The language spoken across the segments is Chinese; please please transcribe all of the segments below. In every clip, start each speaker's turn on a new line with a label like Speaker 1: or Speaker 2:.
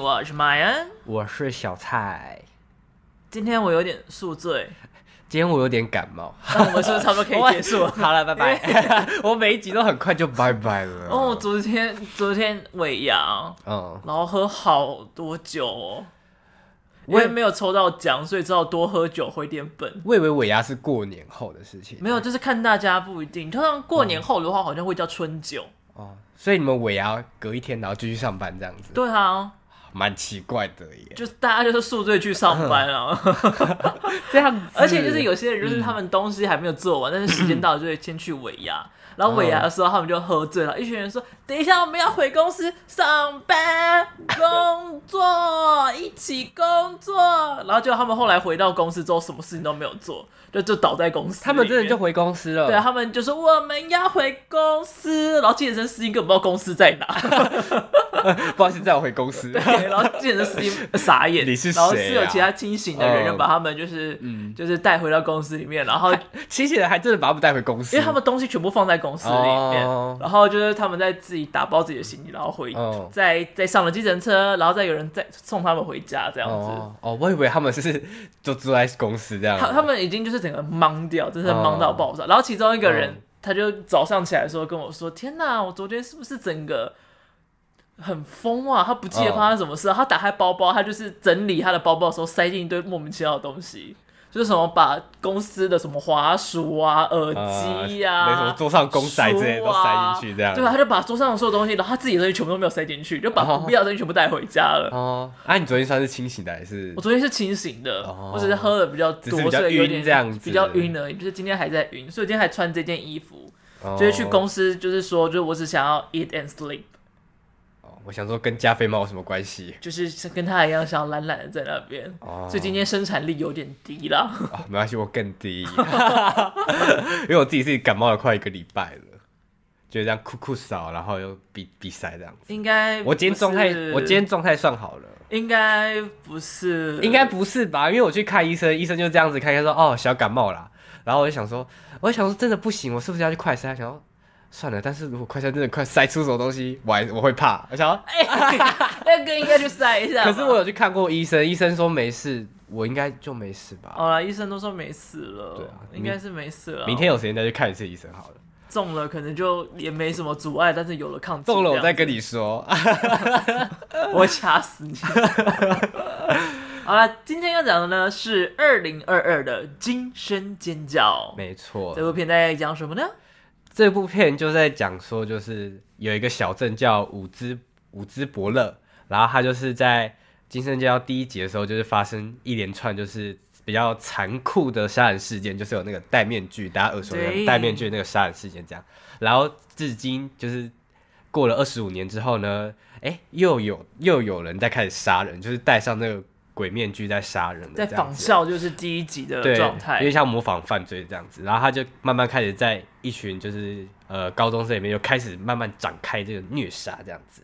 Speaker 1: 我是马恩，
Speaker 2: 我是小蔡，
Speaker 1: 今天我有点宿醉，
Speaker 2: 今天我有点感冒，
Speaker 1: 那我们是不是差不多可以结束了？
Speaker 2: 好了，拜拜。 我每一集都很快就拜拜了。
Speaker 1: 哦，，昨天昨天尾牙，
Speaker 2: 嗯，
Speaker 1: 然后喝好多酒哦，
Speaker 2: 我
Speaker 1: 我
Speaker 2: 也
Speaker 1: 也没有抽到奖，所以知道多喝酒会有点笨。
Speaker 2: 我以为尾牙是过年后的事情。
Speaker 1: 没有，就是看大家不一定。通常过年后的话，好像会叫春酒。
Speaker 2: 哦，所以你们尾牙隔一天，然后继续上班这样子，
Speaker 1: 对啊，
Speaker 2: 蛮奇怪的耶。
Speaker 1: 就是大家就是宿醉去上班啊，
Speaker 2: 这样子，
Speaker 1: 而且就是有些人
Speaker 2: 嗯
Speaker 1: 就是他们东西还没有做完，但是时间到了就会先去尾
Speaker 2: 嗯
Speaker 1: 牙，然后尾牙的时候他们就喝醉了，一群人说等一下我们要回公司上班工作，一起工作，然后就他们后来回到公司之后什么事情都没有做，就就倒在公司里面，
Speaker 2: 他们真的就回公司了。
Speaker 1: 对啊，他们就说我们要回公司，然后健身司机根本不知道公司在哪。
Speaker 2: 不好意思，带我回公司。
Speaker 1: 对，然后健身司机傻眼，
Speaker 2: 你是
Speaker 1: 然后
Speaker 2: 谁
Speaker 1: 是有
Speaker 2: 啊
Speaker 1: 其他清醒的人，
Speaker 2: 嗯
Speaker 1: 人把他们就是、就是带回到公司里面，然后因
Speaker 2: 其实还真的把他们带回公司，
Speaker 1: 为他们东西全部放在公司里面，
Speaker 2: 哦
Speaker 1: 然后就是他们在自己打包自己的行李，然后回、
Speaker 2: 哦
Speaker 1: 再再上了计程车，然后再有人再送他们回家这样子。
Speaker 2: 哦哦，我以为他们是 就住在公司这样子。
Speaker 1: 他他们已经就是整个懵掉，真是
Speaker 2: 哦
Speaker 1: 懵到爆炸。然后其中一个人，
Speaker 2: 嗯
Speaker 1: 他就早上起来的时候跟我说：“天哪，我昨天是不是整个很疯啊？他不记得
Speaker 2: 嗯
Speaker 1: 发生什么事、啊。他打开包包，他就是整理他的包包的时候，塞进一堆莫名其妙的东西，就是什么把公司的什么滑鼠啊、耳机呀、
Speaker 2: 那什么桌上公仔之类的都塞进去这样。
Speaker 1: 对啊，他就把桌上的所有东西，然后他自己的东西全部都没有塞进去，就把
Speaker 2: 哦
Speaker 1: 不要的东西全部带回家了。
Speaker 2: 哦，啊，你昨天算是清醒的还是
Speaker 1: 我？昨天是清醒的，
Speaker 2: 哦
Speaker 1: 我只是喝的比较
Speaker 2: 只
Speaker 1: 多，
Speaker 2: 是比较
Speaker 1: 所以有点
Speaker 2: 晕这样子
Speaker 1: 比较晕而已。就是今天还在晕，所以今天还穿这件衣服，
Speaker 2: 哦
Speaker 1: 就是去公司，就是说，就是我只想要 eat and sleep，
Speaker 2: 哦我想说跟加菲猫有什么关 系？
Speaker 1: 就是跟他一样想要懒懒的在那边，
Speaker 2: 哦
Speaker 1: 所以今天生产力有点低啦。
Speaker 2: 哦，没关系，我更低， 因为我自己是感冒了快一个礼拜了，就这样酷酷扫，然后又比比赛这样子。
Speaker 1: 应该
Speaker 2: 我今天
Speaker 1: 不是
Speaker 2: 状态，我今天状态算好了，
Speaker 1: 应该不是，
Speaker 2: 应该不是吧？因为我去看医生，医生就这样子看，他说哦小感冒啦，然后我就想说，我就想说真的不行，我是不是要去快筛？想说算了，但是如果快筛真的快筛出什么东西，我还我会怕，我想说
Speaker 1: 哎， 那个应该去晒一下吧。
Speaker 2: 可是我有去看过医生，医生说没事，我应该就没事吧。
Speaker 1: 好了，医生都说没事了，
Speaker 2: 对啊
Speaker 1: 应该是没事了。
Speaker 2: 明天有时间再去看一次医生好了。
Speaker 1: 中了可能就也没什么阻碍，但是有了抗体，
Speaker 2: 中了我
Speaker 1: 这样
Speaker 2: 再跟你说。
Speaker 1: 我会掐死你。好了，今天要讲的呢是二零二二的《惊声尖叫》。
Speaker 2: 没错
Speaker 1: 这，部片在讲什么呢？
Speaker 2: 这部片就在讲说，就是有一个小镇叫伍兹伍兹伯勒，然后他就是在《金圣教》第一集的时候，就是发生一连串就是比较残酷的杀人事件，就是有那个戴面具，大家耳熟
Speaker 1: 对
Speaker 2: 能戴面具的那个杀人事件这样。然后至今就是过了二十五年之后呢，哎，又有又有人在开始杀人，就是戴上那个鬼面具在杀人了，
Speaker 1: 在
Speaker 2: 这样
Speaker 1: 仿
Speaker 2: 子
Speaker 1: 效就是第一集的
Speaker 2: 对，
Speaker 1: 状
Speaker 2: 因
Speaker 1: 态，
Speaker 2: 为像模仿犯罪这样子，然后他就慢慢开始在一群就是呃高中生里面就开始慢慢展开这个虐杀这样子，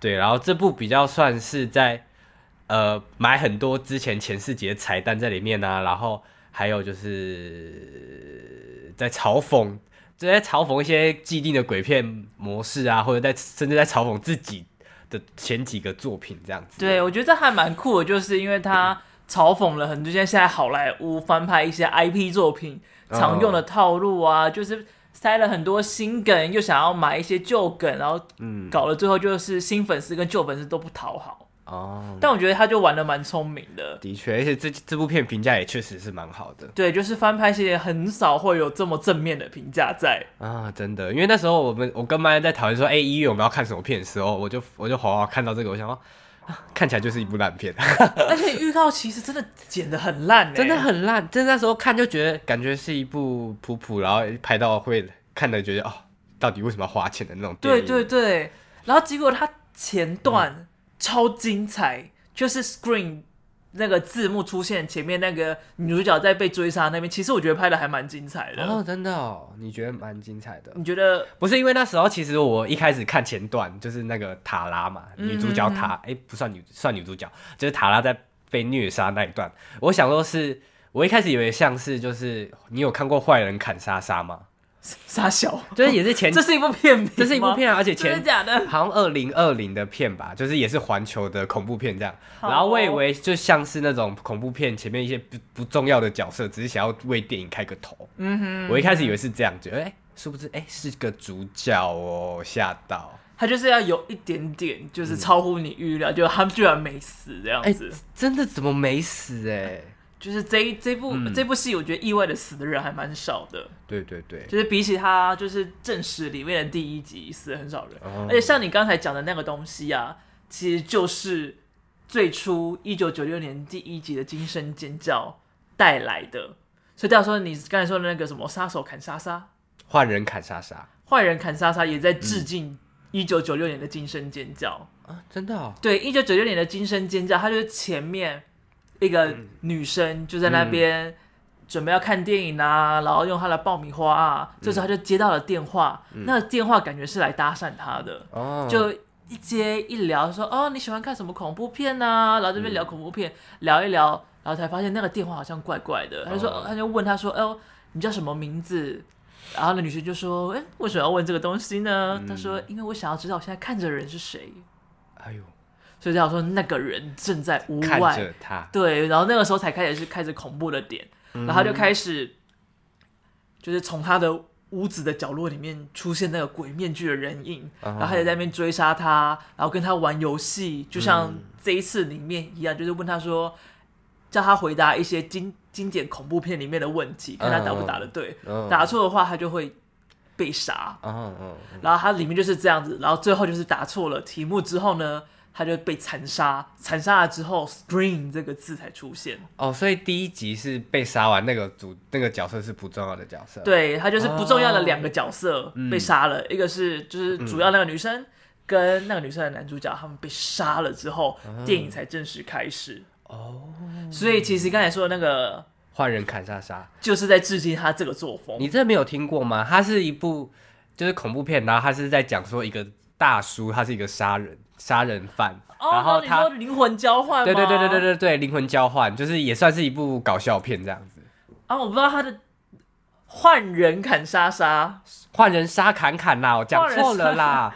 Speaker 2: 对，然后这部比较算是在呃买很多之前前四集的彩蛋在里面啊，然后还有就是在嘲讽，就在嘲讽一些既定的鬼片模式啊，或者在甚至在嘲讽自己的前几个作品这样子，
Speaker 1: 对我觉得这还蛮酷的，就是因为它嘲讽了很多现在现在好莱坞翻拍一些 IP 作品常用的套路啊，
Speaker 2: 嗯
Speaker 1: 就是塞了很多新梗，又想要买一些旧梗，然后
Speaker 2: 嗯
Speaker 1: 搞了最后就是新粉丝跟旧粉丝都不讨好。
Speaker 2: 哦。
Speaker 1: 但我觉得他就玩的蛮聪明的，
Speaker 2: 的确，而且这这部片评价也确实是蛮好的。
Speaker 1: 对，就是翻拍系列很少会有这么正面的评价 在。
Speaker 2: 啊，真的，因为那时候我们我跟妈在讨论说，哎、一月我们要看什么片的时候，我就我就好好看到这个，我想说，啊看起来就是一部烂片，
Speaker 1: 而且预告其实真的剪得很烂、欸，
Speaker 2: 真的很烂。真的那时候看就觉得，感觉是一部普普，然后拍到会看的觉得哦，到底为什么要花钱的那种电
Speaker 1: 对
Speaker 2: 影。
Speaker 1: 对对。然后结果它前段、
Speaker 2: 嗯
Speaker 1: 超精彩，就是 screen 那个字幕出现前面那个女主角在被追杀那边，其实我觉得拍的还蛮精彩的。
Speaker 2: 哦，真的哦，你觉得蛮精彩的。
Speaker 1: 你觉得
Speaker 2: 不是因为那时候，其实我一开始看前段就是那个塔拉嘛，
Speaker 1: 嗯
Speaker 2: 女主角塔，哎、不算女，算女主角，就是塔拉在被虐杀那一段。我想说是，我一开始以为像是就是你有看过《坏人砍莎莎》吗？
Speaker 1: 傻小，
Speaker 2: 就是也是前
Speaker 1: 哦这是一部片名吗，
Speaker 2: 这是一部片啊，而且
Speaker 1: 真的
Speaker 2: 前
Speaker 1: 假 的？
Speaker 2: 好像二零二零的片吧，就是也是环球的恐怖片这样。
Speaker 1: 好哦
Speaker 2: 然后我以为就像是那种恐怖片前面一些不不重要的角色，只是想要为电影开个头。
Speaker 1: 嗯哼，
Speaker 2: 我一开始以为是这样，觉得哎、殊不知哎、是个主角哦，吓到。
Speaker 1: 他就是要有一点点就是超乎你预料，就他们居然没死这样
Speaker 2: 嗯哎、
Speaker 1: 子。
Speaker 2: 真的怎么没死哎、
Speaker 1: 就是这一这部、
Speaker 2: 嗯
Speaker 1: 这部戏，我觉得意外的死的人还蛮少的，
Speaker 2: 对对对，
Speaker 1: 就是比起他就是正史里面的第一集死了很少人，
Speaker 2: 哦
Speaker 1: 而且像你刚才讲的那个东西啊，其实就是最初一九九六年第一集的惊声尖叫带来的。所以到时候你刚才说的那个什么杀手砍莎莎，
Speaker 2: 换人砍莎莎
Speaker 1: 坏人砍莎莎也在致敬一九九六年的惊声尖叫。
Speaker 2: 啊，真的哦，
Speaker 1: 对，一九九六年的惊声尖叫，它就是前面一个女生就在那边准备要看电影啊，然后用她的爆米花啊，这时候她就接到了电话，那个电话感觉是来搭讪她的，
Speaker 2: 哦，
Speaker 1: 就一接一聊说哦你喜欢看什么恐怖片啊，然后这边聊恐怖片、聊一聊，然后才发现那个电话好像怪怪的，他就说、
Speaker 2: 哦
Speaker 1: 他就问她说哦你叫什么名字？然后那女生就说：“哎，为什么要问这个东西呢？”她说：“因为我想要知道我现在看着的人是谁。”
Speaker 2: 哎呦，
Speaker 1: 所以他说那个人正在屋
Speaker 2: 看
Speaker 1: 外，
Speaker 2: 着他，
Speaker 1: 对，然后那个时候才开始是开始恐怖的点，
Speaker 2: 嗯
Speaker 1: 然后他就开始就是从他的屋子的角落里面出现那个鬼面具的人影，
Speaker 2: 哦
Speaker 1: 然后他也在那边追杀他，然后跟他玩游戏，就像
Speaker 2: 嗯
Speaker 1: 这一次里面一样，就是问他说，叫他回答一些经经典恐怖片里面的问题，看他答不答的对，
Speaker 2: 嗯
Speaker 1: 答错的话他就会被杀，
Speaker 2: 嗯嗯嗯，
Speaker 1: 然后它里面就是这样子，然后最后就是答错了题目之后呢，他就被残杀，残杀了之后，screen 这个字才出现。
Speaker 2: 哦，所以第一集是被杀完那个主那个角色是不重要的角色，，
Speaker 1: 对，他就是不重要的两个角
Speaker 2: 哦
Speaker 1: 色
Speaker 2: 嗯
Speaker 1: 被杀了，一个是就是主要那个女生。跟那个女生的男主角他们被杀了之后，电影才正式开始。
Speaker 2: 啊哦，
Speaker 1: 所以其实刚才说的那个，
Speaker 2: 换人砍莎莎，
Speaker 1: 就是在致敬他这个作风。
Speaker 2: 你这没有听过吗？它是一部就是恐怖片，然后它是在讲说一个大叔，他是一个杀人杀人犯，
Speaker 1: 哦，
Speaker 2: 然后
Speaker 1: 你
Speaker 2: 他
Speaker 1: 说灵魂交换吗？
Speaker 2: 对对对对对对对灵魂交换，就是也算是一部搞笑片这样子。
Speaker 1: 啊，我不知道他的换人砍莎莎，
Speaker 2: 换人杀砍砍啦，我讲错了啦，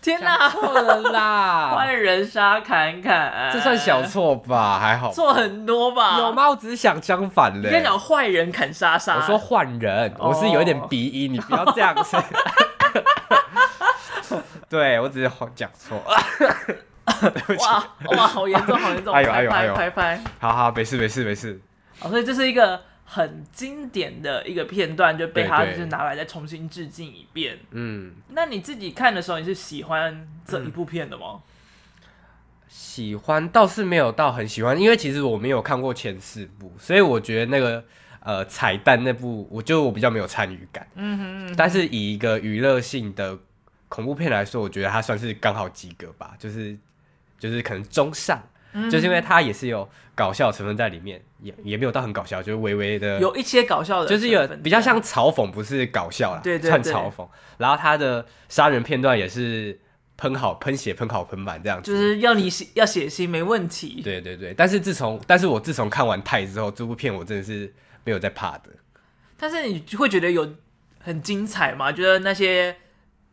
Speaker 1: 天哪、
Speaker 2: 讲错了啦，
Speaker 1: 换人杀砍砍，
Speaker 2: 这算小错吧？还好吧，
Speaker 1: 错很多吧？
Speaker 2: 有？吗？我只是想相反
Speaker 1: 你在
Speaker 2: 嘞。
Speaker 1: 讲坏人砍杀杀？
Speaker 2: 我说换人，
Speaker 1: 哦
Speaker 2: 我是有一点鼻音，你不要这样子。 对，我只是讲错。
Speaker 1: 哇哇，好严重，好严重！
Speaker 2: 哎呦
Speaker 1: 拍
Speaker 2: 哎呦哎
Speaker 1: 拍
Speaker 2: 呦
Speaker 1: 拍拍！
Speaker 2: 好好，没事没事没事。
Speaker 1: 哦，所以这是一个很经典的一个片段，就被他
Speaker 2: 对
Speaker 1: 就
Speaker 2: 对
Speaker 1: 是拿来再重新致敬一遍。
Speaker 2: 嗯，
Speaker 1: 那你自己看的时候，你是喜欢这一部片的吗？
Speaker 2: 喜欢倒是没有到很喜欢，因为其实我没有看过前四部，所以我觉得那个呃彩蛋那部，我就我比较没有参与感。
Speaker 1: 嗯哼，
Speaker 2: 但是以一个娱乐性的恐怖片来说，我觉得它算是刚好及格吧，就是就是可能中上，
Speaker 1: 嗯
Speaker 2: 就是因为它也是有搞笑成分在里面，也也没有到很搞笑，就是微微的
Speaker 1: 有一些搞笑的成
Speaker 2: 呃就
Speaker 1: 分，
Speaker 2: 是有比较像嘲讽，不是搞笑啦，
Speaker 1: 对对
Speaker 2: 算
Speaker 1: 对
Speaker 2: 嘲讽。然后他的杀人片段也是喷好喷血、喷好喷满这样子。
Speaker 1: 就是要你写要写信没问题。
Speaker 2: 对对对，但是自从但是我自从看完泰之后，这部片我真的是没有在怕的。
Speaker 1: 但是你会觉得有很精彩吗？觉得那些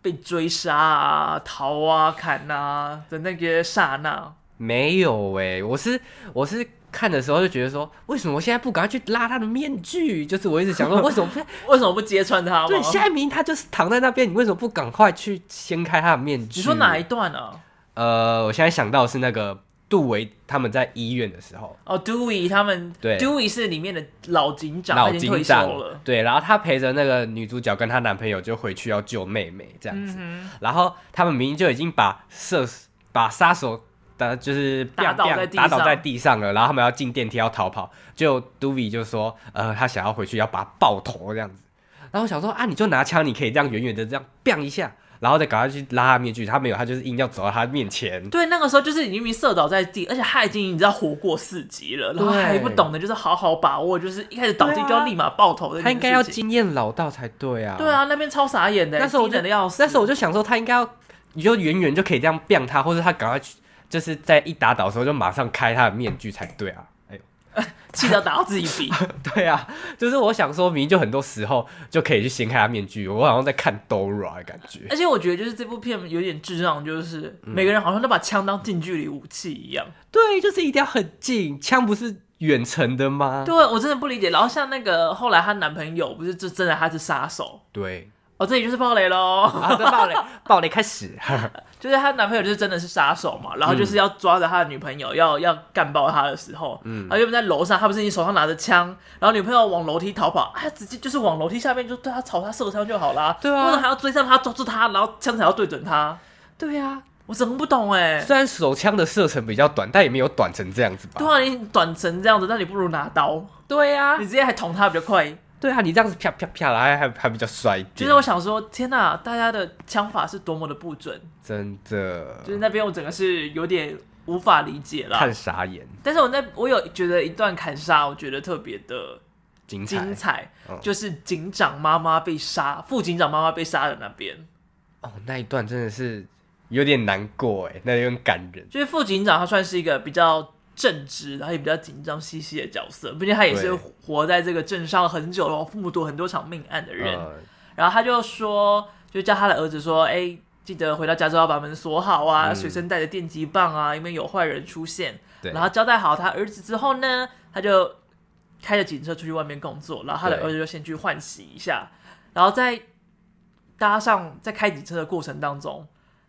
Speaker 1: 被追杀啊、逃啊、砍啊的那些刹那，
Speaker 2: 没有哎、我是我是看的时候就觉得说，为什么我现在不赶快去拉他的面具？就是我一直想说，为什么 不？
Speaker 1: 为什么不揭穿他
Speaker 2: 对，
Speaker 1: 吗？
Speaker 2: 现在明明他就是躺在那边，你为什么不赶快去掀开他的面具？
Speaker 1: 你说哪一？段啊？
Speaker 2: 呃，我现在想到的是那个杜维他们在医院的时候。
Speaker 1: 哦，Dewey 他们
Speaker 2: 对
Speaker 1: ，Dewey 是里面的老警长，他
Speaker 2: 老
Speaker 1: 已经
Speaker 2: 警
Speaker 1: 退休
Speaker 2: 长
Speaker 1: 了。
Speaker 2: 对，然后她陪着那个女主角跟她男朋友就回去要救妹妹这样子，
Speaker 1: 嗯
Speaker 2: 然后他们明明就已经把射死把杀手的就是
Speaker 1: 打倒在地
Speaker 2: 打倒
Speaker 1: 上
Speaker 2: 在地上了，然后他们要进电梯要逃跑，就杜比就说呃他想要回去要把他爆头这样子，然后我想说啊你就拿枪你可以这样远远的这样 bang 一下，然后再赶快去拉他面具，他没有他就是硬要走到他面前
Speaker 1: 哼，，对，那个时候就是已经被射倒在地，而且他已经你知道活过四级了，然后
Speaker 2: 对
Speaker 1: 还不懂得就是好好把握，就是一开始倒地
Speaker 2: 对啊
Speaker 1: 就要立马爆头的。
Speaker 2: 他应该要。经验老道才对啊，
Speaker 1: 对啊，那边超傻眼的，
Speaker 2: 那时候我
Speaker 1: 低能
Speaker 2: 就
Speaker 1: 的要死。
Speaker 2: 那时候我就想说，他应该要，你就远远就可以这样变他，或者他赶快去，就是在一打倒的时候就马上开他的面具才对啊。哎呦，
Speaker 1: 气到打到自己鼻。
Speaker 2: 对啊，就是我想说，明明就很多时候就可以去掀开他面具，我好像在看 Dora 的感觉。
Speaker 1: 而且我觉得就是这部片有点智障，就是
Speaker 2: 嗯
Speaker 1: 每个人好像都把枪当近距离武器一样。
Speaker 2: 对，就是一定要很近，枪不是远程的吗？
Speaker 1: 对我真的不理解。然后像那个后来她男朋友不是就真的他是杀手
Speaker 2: 对，
Speaker 1: 哦，这里就是暴雷喽，
Speaker 2: 啊，这暴雷，暴雷开始。
Speaker 1: 就是她男朋友就是真的是杀手嘛，然后
Speaker 2: 嗯
Speaker 1: 就是要抓着他的女朋友要要干爆他的时候，嗯，然后原本在楼上，他不是你手上拿着枪，然后女朋友往楼梯逃跑，他直接就是往楼梯下面就对他朝他射枪就好啦，
Speaker 2: 对啊
Speaker 1: 为什么还要追上他抓住他，然后枪才要 对准他？
Speaker 2: 对啊，
Speaker 1: 我整个不懂哎、
Speaker 2: 虽然手枪的射程比较短，但也没有短成这样子吧？
Speaker 1: 对啊，你短成这样子，那你不如拿刀，
Speaker 2: 对啊
Speaker 1: 你，直接还捅他比较快。
Speaker 2: 对啊，你这样子啪啪啪啦，还还还比较帅一点。
Speaker 1: 就是我想说，天哪、大家的枪法是多么的不准，
Speaker 2: 真的
Speaker 1: 就是那边我整个是有点无法理解啦
Speaker 2: 看。傻眼，
Speaker 1: 但是我那我有觉得一段砍杀，我觉得特别的
Speaker 2: 精彩
Speaker 1: 精彩，
Speaker 2: 嗯
Speaker 1: 就是警长妈妈被杀，副警长妈妈被杀的那边，
Speaker 2: 哦！那一段真的是有点难过哎，那有点感人。
Speaker 1: 就是副警长他算是一个比较正直，然后也比较紧张兮兮的角色，毕竟他也是
Speaker 2: 对
Speaker 1: 活在这个镇上很久了，目睹很多场命案的人。
Speaker 2: 嗯
Speaker 1: 然后他就说，就叫他的儿子说，哎、记得回到家之后要把门锁好啊，随身带着电击棒啊，因为有坏人出现。
Speaker 2: 嗯对
Speaker 1: 然后交代好他儿子之后呢，他就开着警车出去外面工作，然后他的
Speaker 2: 对
Speaker 1: 儿子就先去换洗一下，然后在搭上在开警车的过程当中，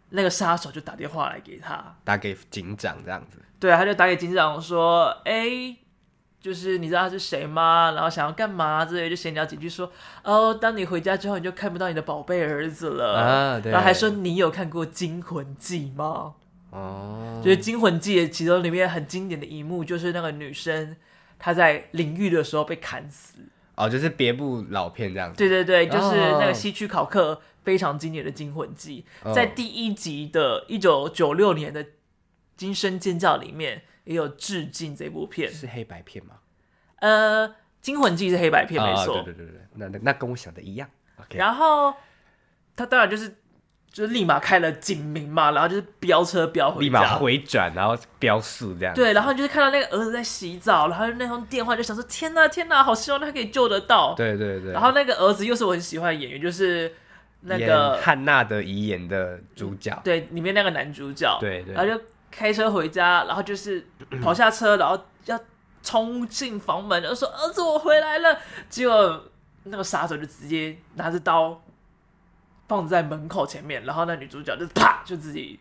Speaker 1: 那个杀手就打电话来给他，
Speaker 2: 打给警长这样子，
Speaker 1: 对，他就打给警长说，哎、就是你知道他是谁吗？然后想要干嘛之类，就闲聊几句说，哦，当你回家之后，你就看不到你的宝贝儿子了。
Speaker 2: 啊对
Speaker 1: 然后还说你有看过《惊魂记》吗？
Speaker 2: 哦，
Speaker 1: 就是《惊魂记》的其中里面很经典的一幕，就是那个女生她在淋浴的时候被砍死。
Speaker 2: 哦，就是别部老片这样子，
Speaker 1: 对对对，就是那
Speaker 2: 哦
Speaker 1: 个西区考克非常经典的《惊魂记》
Speaker 2: 哦
Speaker 1: 在第一集的一九九六年的《惊声尖叫》里面也有致敬这部片。
Speaker 2: 是黑白片吗？
Speaker 1: 呃，《惊魂记》是黑白片，没
Speaker 2: 啊
Speaker 1: 错。
Speaker 2: 对对对对，那那那跟我想的一样。OK，
Speaker 1: 然后他当然就是就是立马开了警鸣嘛，然后就是飙车飙回家，
Speaker 2: 立马回转，然后飙速这样。
Speaker 1: 对，然后就是看到那个儿子在洗澡，然后那通电话就想说：天呐天呐，好希望他可以救得到。
Speaker 2: 对对对。
Speaker 1: 然后那个儿子又是我很喜欢的演员，就是那
Speaker 2: 演
Speaker 1: 个
Speaker 2: 汉娜的遗言的主角，
Speaker 1: 对里面那个男主角，
Speaker 2: 对对
Speaker 1: 然后就开车回家，然后就是 跑下车，然后要冲进房门，然后说：“儿子，我回来了。”结果那个杀手就直接拿着刀放在门口前面，然后那女主角就啪就自己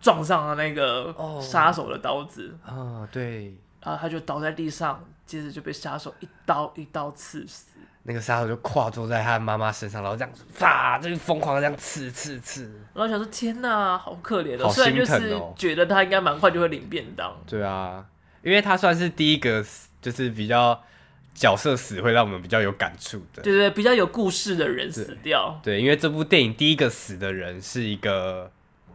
Speaker 1: 撞上了那个
Speaker 2: 哦
Speaker 1: 杀手的刀子，
Speaker 2: 哦，对，
Speaker 1: 然后他就倒在地上，接着就被杀手一刀一刀刺死。
Speaker 2: 那个杀手就跨坐在他妈妈身上，然后这样子啪，就是疯狂地这样刺刺刺。
Speaker 1: 然后想说天呐，好可怜哦！
Speaker 2: 好
Speaker 1: 虽然就
Speaker 2: 心疼
Speaker 1: 是
Speaker 2: 哦
Speaker 1: 觉得他应该蛮快就会领便当，
Speaker 2: 对啊，因为他算是第一个死，就是比较角色死会让我们比较有感触的。
Speaker 1: 对对，比较有故事的人死掉，
Speaker 2: 对，因为这部电影第一个死的人是一个，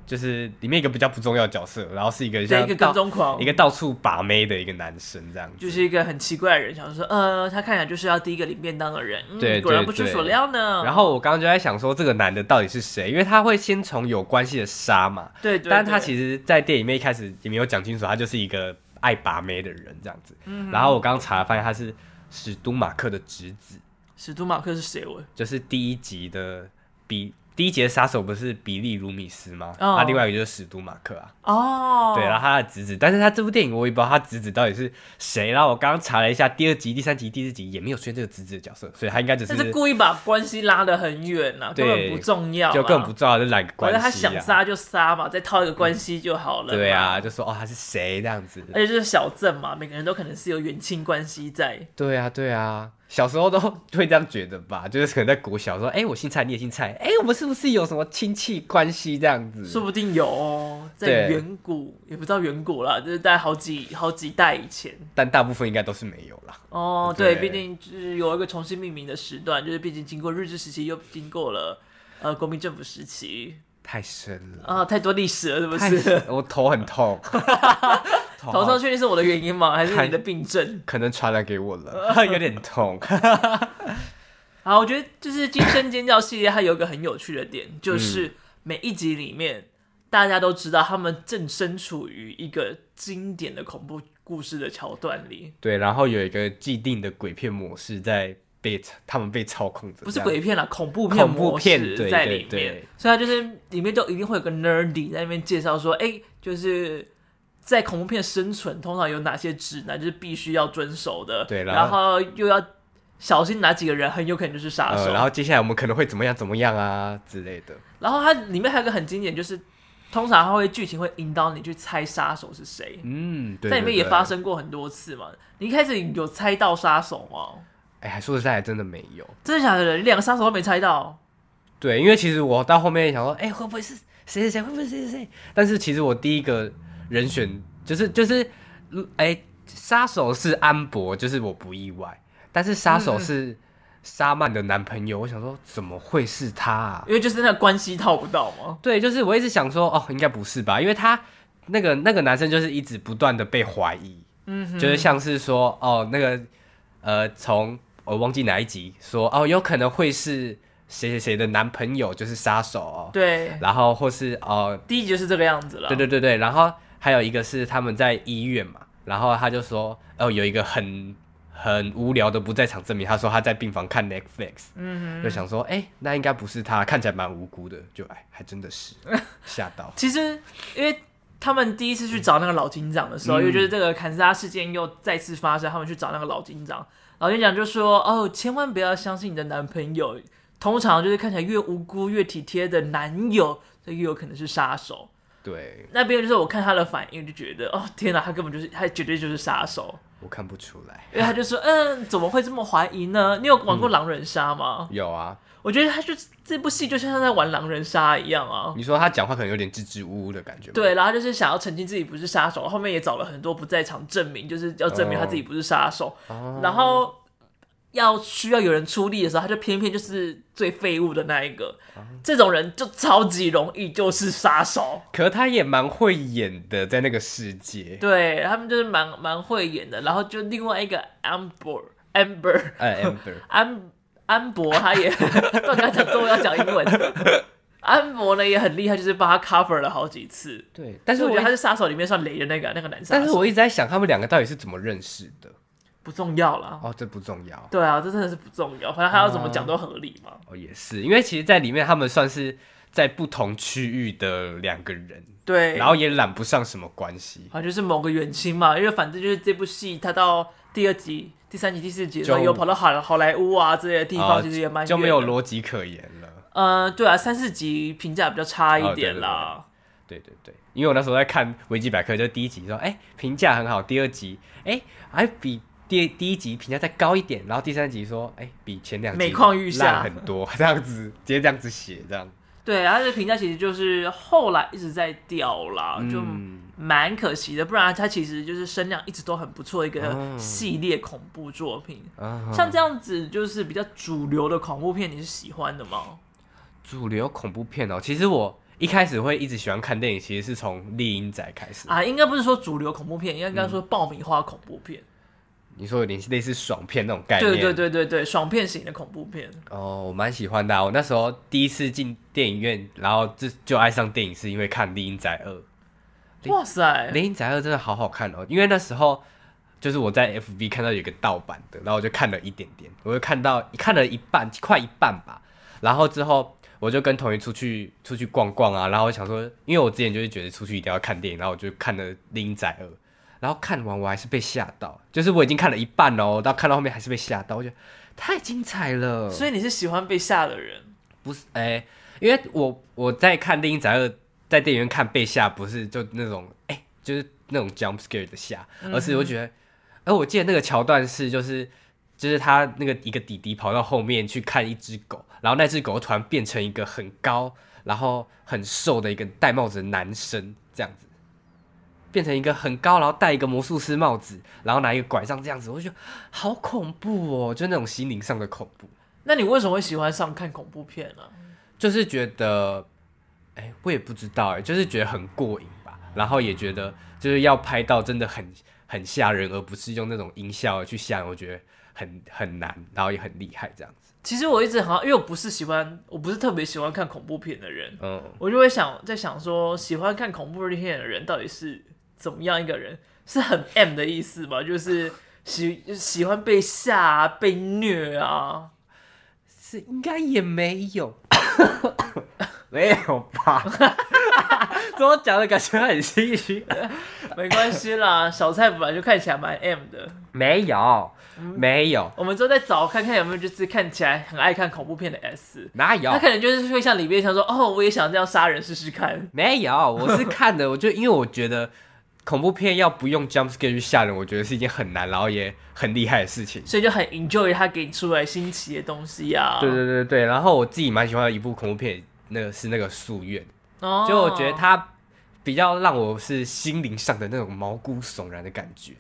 Speaker 2: 就是里面一个比较不重要的角色，然后是一个
Speaker 1: 对
Speaker 2: 像
Speaker 1: 一个
Speaker 2: 到
Speaker 1: 跟踪狂
Speaker 2: 一，个到处把妹的一个男生这样子。
Speaker 1: 就是一个很奇怪的人，想说呃，他看起来就是要第一个领便当的人，嗯，
Speaker 2: 对
Speaker 1: 果然
Speaker 2: 对
Speaker 1: 不出
Speaker 2: 对
Speaker 1: 所料呢。
Speaker 2: 然后我刚刚就在想说，这个男的到底是谁？因为他会先从有关系的杀嘛，
Speaker 1: 对对，
Speaker 2: 但是他
Speaker 1: 实
Speaker 2: 其实，在电影里面一开始也没有讲清楚，他就是一个爱把妹的人这样子。
Speaker 1: 嗯
Speaker 2: 然后我刚刚查了发现他是史都马克的侄子，
Speaker 1: 史都马克是谁？我
Speaker 2: 就是第一集的比第一集的杀手不是比利·鲁米斯吗？
Speaker 1: 哦
Speaker 2: 啊，另外一个就是史都马克啊。
Speaker 1: 哦，
Speaker 2: 对，然后他的侄子，但是他这部电影我也不知道他侄子到底是谁。然后我刚刚查了一下，第二集、第三集、第四集也没有出现这个侄子的角色，所以他应该只
Speaker 1: 他
Speaker 2: 是
Speaker 1: 是故意把关系拉得很远呐，根本
Speaker 2: 对
Speaker 1: 不重要啦，啊
Speaker 2: 就更不重要，就两个
Speaker 1: 反
Speaker 2: 关系、
Speaker 1: 正
Speaker 2: 啊。
Speaker 1: 他想杀就杀嘛，再套一个关系就好了。
Speaker 2: 对，啊，就说哦他是谁这样子。
Speaker 1: 而且就是小镇嘛，每个人都可能是有远亲关系在。
Speaker 2: 对啊，对啊，小时候都会这样觉得吧，就是可能在国小说，哎、我姓蔡，你也姓蔡，哎、我们是不是有什么亲戚关系这样子？
Speaker 1: 说不定有哦，在
Speaker 2: 对
Speaker 1: 远古也不知道远古啦，就是在好几好几代以前
Speaker 2: 但大部分应该都是没有啦。
Speaker 1: 哦。对，
Speaker 2: 对
Speaker 1: 毕竟就是有一个重新命名的时段，就是毕竟经过日治时期，又经过了呃国民政府时期
Speaker 2: 太深了，
Speaker 1: 啊、太多历史了， 是不
Speaker 2: 太
Speaker 1: 是？
Speaker 2: 深，我头很痛，头
Speaker 1: 哎头上
Speaker 2: 好
Speaker 1: 确定是我的原因吗？还是你的病症？
Speaker 2: 可能传染给我 了，有点痛。
Speaker 1: 好，我觉得就是《惊声尖叫》系列，它有一个很有趣的点，就是每一集里面大家都知道他们正身处于一个经典的恐怖故事的桥段里，
Speaker 2: 对，然后有一个既定的鬼片模式在被他们被操控着，
Speaker 1: 不是
Speaker 2: 这样
Speaker 1: 鬼片啦，恐怖
Speaker 2: 恐怖
Speaker 1: 模
Speaker 2: 片
Speaker 1: 式
Speaker 2: 对
Speaker 1: 在
Speaker 2: 对
Speaker 1: 里面，
Speaker 2: 对
Speaker 1: 所以它就是里面就一定会有个 nerdy 在那边介绍说，哎、就是。在恐怖片生存通常有哪些指南，就是必须要遵守的。
Speaker 2: 对然
Speaker 1: 然后又要小心哪几个人很有可能就是杀手。
Speaker 2: 呃，然后接下来我们可能会怎么样怎么样啊之类的，
Speaker 1: 然后它里面还有一个很经典，就是通常它会剧情会引导你去猜杀手是谁，
Speaker 2: 嗯，对
Speaker 1: 在里面也
Speaker 2: 对
Speaker 1: 发
Speaker 2: 对
Speaker 1: 生过很多次嘛。你一开始有猜到杀手吗？
Speaker 2: 哎、说实在真的没有，
Speaker 1: 真的假的？你两个杀手都没猜到，
Speaker 2: 对，因为其实我到后面想说，哎、会不会是谁谁谁？会不会是谁谁谁？但是其实我第一个人选就是就是，嗯哎、杀手是安博，就是我不意外，但是杀
Speaker 1: 嗯
Speaker 2: 手是沙曼的男朋友，我想说怎么会是他、啊？
Speaker 1: 因为就是那个关系套不到嘛。
Speaker 2: 对，就是我一直想说，哦，应该不是吧？因为他那个那个男生就是一直不断的被怀疑，
Speaker 1: 嗯哼，
Speaker 2: 就是像是说，哦，那个呃，从我忘记哪一集说，哦，有可能会是谁谁谁的男朋友就是杀手哦。
Speaker 1: 对，
Speaker 2: 然后或是哦，
Speaker 1: 第一集就是这个样子了。
Speaker 2: 对对对对，然后还有一个是他们在医院嘛，然后他就说，哦，有一个很很无聊的不在场证明，他说他在病房看 Netflix，
Speaker 1: 嗯
Speaker 2: 就想说，哎，那应该不是他，看起来蛮无辜的，就哎，还真的是 吓到
Speaker 1: 哼，，其实因为。他们第一次去找那个老警长的时候，
Speaker 2: 嗯
Speaker 1: 因为就是这个砍杀事件又再次发生，他们去找那个老警长，老警长就说：“哦，千万不要相信你的男朋友，通常就是看起来越无辜、越体贴的男友，就越有可能是杀手。”
Speaker 2: 对
Speaker 1: 那边就是我看他的反应，就觉得哦天哪，他根本就是他绝对就是杀手，
Speaker 2: 我看不出来，
Speaker 1: 因为他就说嗯，怎么会这么怀疑呢？你有玩过狼人杀吗？
Speaker 2: 有啊，
Speaker 1: 我觉得他就这部戏就像他在玩狼人杀一样啊。
Speaker 2: 你说他讲话可能有点支支吾吾的感觉，
Speaker 1: 对，，然后就是想要澄清自己不是杀手，后面也找了很多不在场证明，就是要证明他自己不是杀手。
Speaker 2: 哦
Speaker 1: 然后要需要有人出力的时候，他就偏偏就是最废物的那一个。
Speaker 2: 哦
Speaker 1: 这种人就超级容易就是杀 手。
Speaker 2: 可他也蛮会演的，在那个 世界，
Speaker 1: 对他们就是蛮蛮会演的，然后就另外一个 Amber Amber
Speaker 2: 哎，amber，
Speaker 1: 安安博他 也，我刚讲中文要讲英文，安博呢也很厉害，就是帮他 cover 了好几次。
Speaker 2: 对，但
Speaker 1: 但
Speaker 2: 是
Speaker 1: 是我
Speaker 2: 我
Speaker 1: 觉得他
Speaker 2: 一，
Speaker 1: 是杀手里面算雷的那个那个男杀手，
Speaker 2: 但是我一直在想他们两个到底是怎么认识的。
Speaker 1: 不重要啦。
Speaker 2: 哦，这不重要。
Speaker 1: 对啊，这真的是不重要，反正他要怎么讲都合理嘛。
Speaker 2: 哦，也是，因为其实，在里面他们算是在不同区域的两个人，
Speaker 1: 对，
Speaker 2: 然后也揽不上什么关系，
Speaker 1: 好像就是某个远亲嘛，因为反正就是这部戏，他到第二集、第三集、第四集的时候，
Speaker 2: 就
Speaker 1: 有跑到好好莱坞啊之类的地
Speaker 2: 啊
Speaker 1: 方，其实也蛮
Speaker 2: 就没
Speaker 1: 远
Speaker 2: 有
Speaker 1: 的
Speaker 2: 逻辑可言了。
Speaker 1: 呃，对啊，三四集评价比较差
Speaker 2: 哦
Speaker 1: 一
Speaker 2: 对
Speaker 1: 点
Speaker 2: 对
Speaker 1: 啦。
Speaker 2: 对对对，因为我那时候在看维基百科，就第一集说，哎，评价很好，第二集，哎，还比第第一集评价再高一点，然后第三集说，哎，比前两集
Speaker 1: 每况愈下
Speaker 2: 烂很多， 这样子直接这样子写，这样，
Speaker 1: 对，他的评价其实就是后来一直在掉啦，就
Speaker 2: 嗯
Speaker 1: 蛮可惜的。不然它其实就是声量一直都很不错的一个
Speaker 2: 哦
Speaker 1: 系列恐怖作品。
Speaker 2: 啊
Speaker 1: 像这样子就是比较主流的恐怖片，你是喜欢的吗？
Speaker 2: 主流恐怖片哦，其实我一开始会一直喜欢看电影，其实是从《丽英仔》开始。
Speaker 1: 啊，应该不是说主流恐怖片，应该应该说爆米花恐怖片。
Speaker 2: 你说有点类似爽片那种嗯概念，
Speaker 1: 对对对对对，爽片型的恐怖片。
Speaker 2: 哦，我蛮喜欢的啊、我那时候第一次进电影院，然后就就爱上电影，是因为看《猎鹰仔二》。
Speaker 1: 哇塞
Speaker 2: 《猎鹰仔二》真的好好看哦，因为那时候就是我在 FB 看到有一个盗版的，然后我就看了一点点，我就看到看了一半，快一半吧。然后之后我就跟同学出去出去逛逛啊，然后我想说，因为我之前就是觉得出去一定要看电影，然后我就看了《猎鹰仔二》，然后看完我还是被吓到，就是我已经看了一半哦，到看到后面还是被吓到，我觉得太精彩了。
Speaker 1: 所以你是喜欢被吓的人？
Speaker 2: 不是，哎、因为我我在看《猎鹰仔二》，在电影院看被吓，不是就那种哎、就是那种 jump scare 的吓，而是我觉得，哎、我记得那个桥段是就是就是他那个一个弟弟跑到后面去看一只狗，然后那只狗突然变成一个很高然后很瘦的一个戴帽子的男生这样子。变成一个很高，然后戴一个魔术师帽子，然后拿一个拐杖这样子，我就觉得好恐怖哦，就那种心灵上的恐怖。
Speaker 1: 那你为什么会喜欢上看恐怖片呢、
Speaker 2: 就是觉得，哎、我也不知道、哎，就是觉得很过瘾吧。然后也觉得就是要拍到真的很很吓人，而不是用那种音效去吓人，我觉得很很难，然后也很厉害这样子。
Speaker 1: 其实我一直好像，因为我不是喜欢，我不是特别喜欢看恐怖片的人，
Speaker 2: 嗯，
Speaker 1: 我就会想在想说，喜欢看恐怖片的人到底是怎么样一个人，是很 M 的意思吧？就是喜喜欢被吓、啊、被虐啊。
Speaker 2: 是应该也没有， 没有吧？ 怎么讲的感觉很唏嘘？
Speaker 1: 没关系啦，小菜本来就看起来蛮 M 的。
Speaker 2: 没有，没有，
Speaker 1: 我们之后再找看看有没有就是看起来很爱看恐怖片的 S，
Speaker 2: 哪有
Speaker 1: 他？可能就是会像李变强说：“哦，我也想这样杀人试试看。
Speaker 2: 没有，我是看的，我就因为我觉得恐怖片要不用 jump scare 去吓人，我觉得是一件很难，然后也很厉害的事情”。
Speaker 1: 所以就很 enjoy 他给你出来新奇的东西啊。
Speaker 2: 对对对对，然后我自己蛮喜欢的一部恐怖片，那个是那个《夙愿》，
Speaker 1: 哦，
Speaker 2: 就我觉得它比较让我是心灵上的那种毛骨悚然的感觉。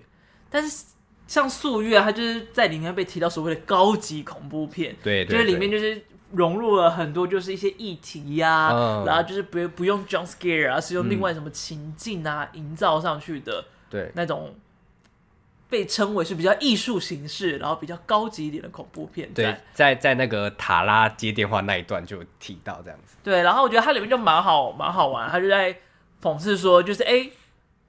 Speaker 1: 但是像《素月》，它就是在里面被提到所谓的高级恐怖片，
Speaker 2: 对对
Speaker 1: 就是里
Speaker 2: 对
Speaker 1: 面就是融入了很多就是一些议题呀、
Speaker 2: 嗯
Speaker 1: 然后就是不不用 jump scare 啊，是用另外什么情境啊、营造上去的
Speaker 2: 对，
Speaker 1: 那种。被称为是比较艺术形式，然后比较高级一点的恐怖片在，
Speaker 2: 对，在在那个塔拉接电话那一段就有提到这样子。
Speaker 1: 对，然后我觉得它里面就蛮好，蛮好玩。他就在讽刺说，就是哎、诶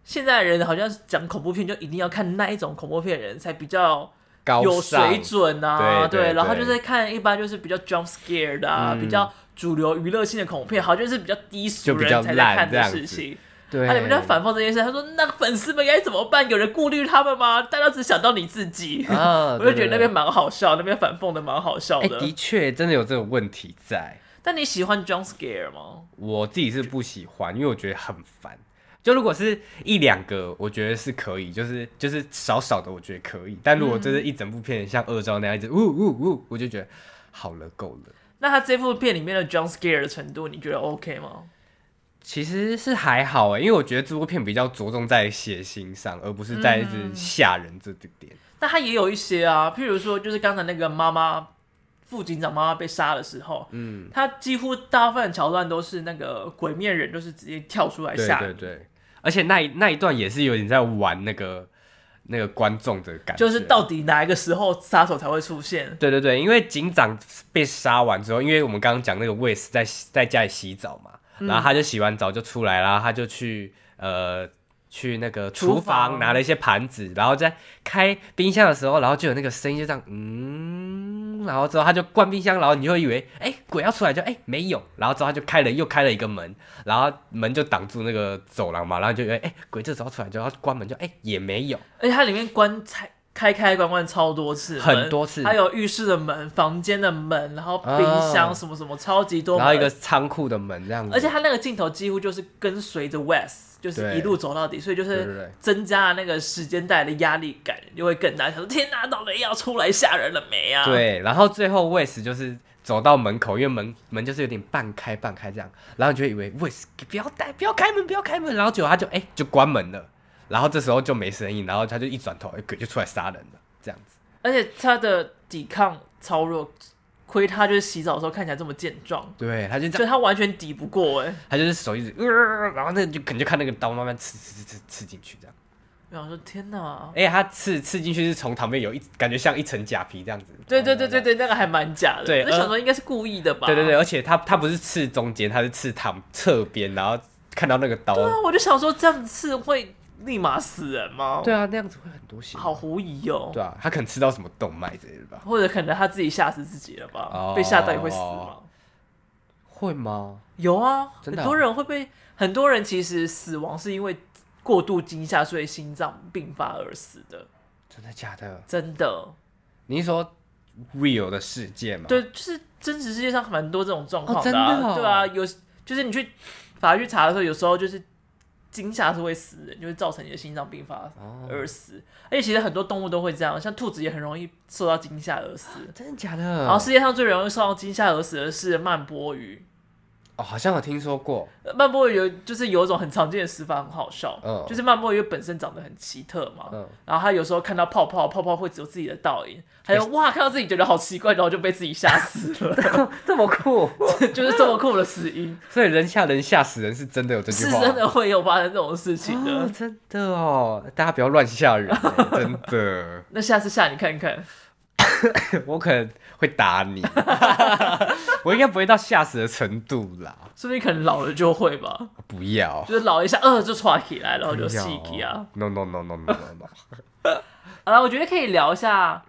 Speaker 1: 现在的人好像讲恐怖片就一定要看那一种恐怖片的人才比较
Speaker 2: 高
Speaker 1: 有
Speaker 2: 尚
Speaker 1: 水准啊，
Speaker 2: 对对
Speaker 1: 然后就
Speaker 2: 对嗯
Speaker 1: 是看一般就是比较 jump scare 的、啊，比较主流娱乐性的恐怖片，好像就是比较低俗
Speaker 2: 就比
Speaker 1: 人
Speaker 2: 较
Speaker 1: 才在
Speaker 2: 烂
Speaker 1: 看
Speaker 2: 这
Speaker 1: 的
Speaker 2: 样
Speaker 1: 事
Speaker 2: 子
Speaker 1: 情。
Speaker 2: 对，
Speaker 1: 他里面就在反讽这件事，他说：“那粉丝们该怎么办？有人顾虑他们吗？大家只想到你自 己。
Speaker 2: 啊，
Speaker 1: 我就觉得
Speaker 2: 对
Speaker 1: 那边。蛮好笑，那边反讽的蛮好笑
Speaker 2: 对
Speaker 1: 的。
Speaker 2: 对哎，的确，真的有这种问题在。
Speaker 1: 但你喜欢 jump scare 吗？
Speaker 2: 我自己是不喜欢，因为我觉得很烦。就如果是一两个，我觉得是可以，就是就是少少的，我觉得可以。但如果就是一整部片像恶兆那样一直呜呜呜，我就觉得好了，够了。
Speaker 1: 那他这部片里面的 jump scare 的程度，你觉得 OK 吗？
Speaker 2: 其实是还好哎、因为我觉得这部片比较着重在血腥上，而不是在一直吓人这点点。
Speaker 1: 那他也有一些啊，譬如说，就是刚才那个妈妈副警长妈妈被杀的时候，嗯，他几乎大部分的桥段都是那个鬼面人，就是直接跳出来
Speaker 2: 对
Speaker 1: 吓，
Speaker 2: 对对，而且那一那一段也是有点在玩那个那个观众的感觉，
Speaker 1: 就是到底哪一个时候杀手才会出现？
Speaker 2: 对对对，因为警长被杀完之后，因为我们刚刚讲那个 w e s 在在家里洗澡嘛，然后他就洗完澡就出来啦，他就去呃去那个
Speaker 1: 厨
Speaker 2: 厨
Speaker 1: 房
Speaker 2: 房拿了一些盘子，然后在开冰箱的时候，然后就有那个声音就这样嗯，然后之后他就关冰箱，然后你就以为哎鬼要出来就哎没有，然后之后他就开了又开了一个门，然后门就挡住那个走廊嘛，然后你就以为哎鬼这时候出来就要关门就哎也没有，
Speaker 1: 而且它里面关开开开关关超多次门，
Speaker 2: 很多次
Speaker 1: 它有浴室的门、房间的门，然后冰箱什么什么，超级多门，
Speaker 2: 啊然后一个仓库的门这样子，
Speaker 1: 而且他那个镜头几乎就是跟随着 West，就是
Speaker 2: 对
Speaker 1: 一路走到底，所以就
Speaker 2: 对对
Speaker 1: 是
Speaker 2: 对
Speaker 1: 增加了那个时间带的压力感，就会更大。想说天哪、到底要出来吓人了没啊？，
Speaker 2: 对，然后最后 Wes 就是走到门口，因为门门就是有点半开半开这样，然后你就以为 Wes 不要带，不要开门，不要开门，然后结果他就哎、就关门了，然后这时候就没声音，然后他就一转头，哎、鬼就出来杀人了，这样子。
Speaker 1: 而且他的抵抗超弱，亏他就是洗澡的时候看起来这么健壮，
Speaker 2: 对，他就这
Speaker 1: 所以
Speaker 2: 样，
Speaker 1: 他完全抵不过哎、
Speaker 2: 他就是手一直，呃、然后那就可能就看那个刀慢慢刺刺刺刺刺进去这样，
Speaker 1: 我想说天哪，
Speaker 2: 哎、他刺刺进去是从旁边有一感觉像一层假皮这样子。
Speaker 1: 对对对对对，那个还蛮假的。
Speaker 2: 对呃
Speaker 1: 我就想说应该是故意的吧？啊
Speaker 2: 对对对，。而且他他不是刺中间，他是刺躺侧边，然后看到那个刀。
Speaker 1: 啊，我就想说这样子会立马死人吗？，
Speaker 2: 对啊，那样子会很多血。
Speaker 1: 好狐疑哦。
Speaker 2: 对啊，他可能吃到什么动脉之类的吧？
Speaker 1: 或者可能他自己吓死自己了吧？
Speaker 2: 哦
Speaker 1: 被吓到也会死吗？
Speaker 2: 会吗？
Speaker 1: 有啊，
Speaker 2: 真的
Speaker 1: 很
Speaker 2: 啊
Speaker 1: 多人会被，很多人其实死亡是因为过度惊吓，所以心脏病发而死的，
Speaker 2: 真的假的？
Speaker 1: 真的。
Speaker 2: 你是说 real 的世界吗？
Speaker 1: 对，就是真实世界上蛮多这种状况
Speaker 2: 哦
Speaker 1: 啊，
Speaker 2: 真的哦
Speaker 1: 对啊，有就是你去法律查的时候，有时候就是惊吓是会死人，就会造成你的心脏病发
Speaker 2: 哦
Speaker 1: 而死。而且其实很多动物都会这样，像兔子也很容易受到惊吓而死。
Speaker 2: 真的假的？
Speaker 1: 然后世界上最容易受到惊吓而死的是曼波鱼。
Speaker 2: 哦，好像有听说过。
Speaker 1: 呃曼波鱼有就是有一种很常见的死法，很好笑，
Speaker 2: 嗯
Speaker 1: 就是曼波鱼本身长得很奇特嘛，
Speaker 2: 嗯
Speaker 1: 然后它有时候看到泡泡，泡泡会只有自己的倒影，还
Speaker 2: 哎
Speaker 1: 有哇，看到自己觉得好奇怪，然后就被自己吓死 了，
Speaker 2: 这么酷，
Speaker 1: 就是这么酷的死因，
Speaker 2: 所以人吓人吓死人 是真的有这句
Speaker 1: 是
Speaker 2: 话，
Speaker 1: 真的哦会有发生这种事情的。
Speaker 2: 哦，真 的哦，大家不要乱吓人欸，真的。
Speaker 1: 那下次吓你看看，
Speaker 2: 我可能会打 你，我应该不会到吓死的程度啦。
Speaker 1: 说不定可能老了就会吧，
Speaker 2: 不要，
Speaker 1: 就是老了一下，呃，就喘起来，然后
Speaker 2: 不
Speaker 1: 就
Speaker 2: 要哦
Speaker 1: 细气啊。
Speaker 2: ！No no no no no no no，
Speaker 1: 好了，我觉得可以聊一下，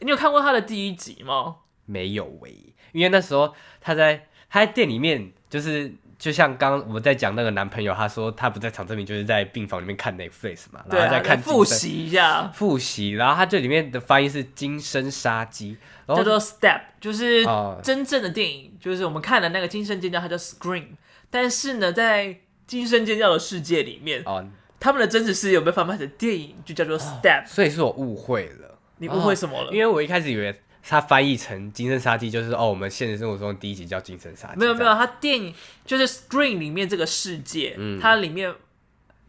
Speaker 1: 你有看过他的第一集吗？
Speaker 2: 没有喂、因为那时候他在他在店里面，就是就像刚我们在讲那个男朋友，他说他不在场证明，就是在病房里面看 Netflix 嘛，
Speaker 1: 对
Speaker 2: 然后
Speaker 1: 啊，
Speaker 2: 在看
Speaker 1: 复
Speaker 2: 金生
Speaker 1: 习一下，
Speaker 2: 复习，然后他这里面的发音是“金生杀机”，
Speaker 1: 叫
Speaker 2: 然后
Speaker 1: 做 Step，就是
Speaker 2: 啊
Speaker 1: 真正的电影，就是我们看的那个《惊声尖叫》，它叫 Scream。但是呢，在《惊声尖叫》的世界里面，
Speaker 2: 哦，
Speaker 1: 他们的真实世界有被翻拍成电影，就叫做 Step。
Speaker 2: 所以是我误会了。
Speaker 1: 你误会什么了？
Speaker 2: 因为我一开始以为它翻译成“金生杀机”，就是哦，我们现实生活中的第一集叫“金生杀机”，
Speaker 1: 没有没
Speaker 2: 这样
Speaker 1: 有，它电影就是 Screen 里面这个世界，它里面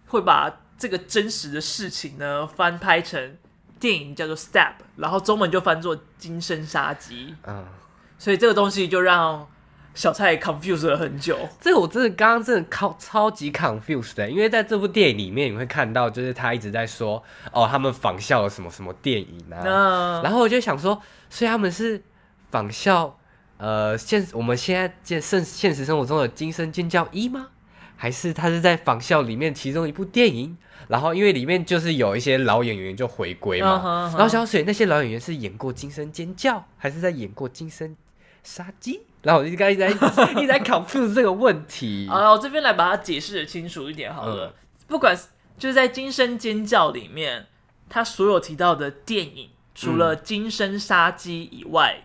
Speaker 1: 会把这个真实的事情呢翻拍成电影叫做 Step，然后中文就翻作《金身杀机》，
Speaker 2: 嗯，
Speaker 1: 所以这个东西就让小蔡 confuse 了很久。
Speaker 2: 这个我真的刚刚真的超超级 confused 的，因为在这部电影里面你会看到，就是他一直在说哦，他们仿效了什么什么电影啊，
Speaker 1: 那
Speaker 2: 然后我就想说，所以他们是仿效呃现我们现在现现现实生活中的《惊声尖叫一》吗？还是他是在仿效里面其中一部电影？然后因为里面就是有一些老演员就回归嘛
Speaker 1: 嗯哼嗯哼
Speaker 2: 然后小水那些老演员是演过《惊声尖叫》，还是在演过《惊声杀鸡》？然后我就刚一直在一直在 confuse 这个 问题。
Speaker 1: 好了，我这边来把它解释的清楚一点好了。
Speaker 2: 嗯
Speaker 1: 不管是就是在《惊声尖叫》里面，他所有提到的电影，除
Speaker 2: 嗯
Speaker 1: 了《惊声杀机》以外，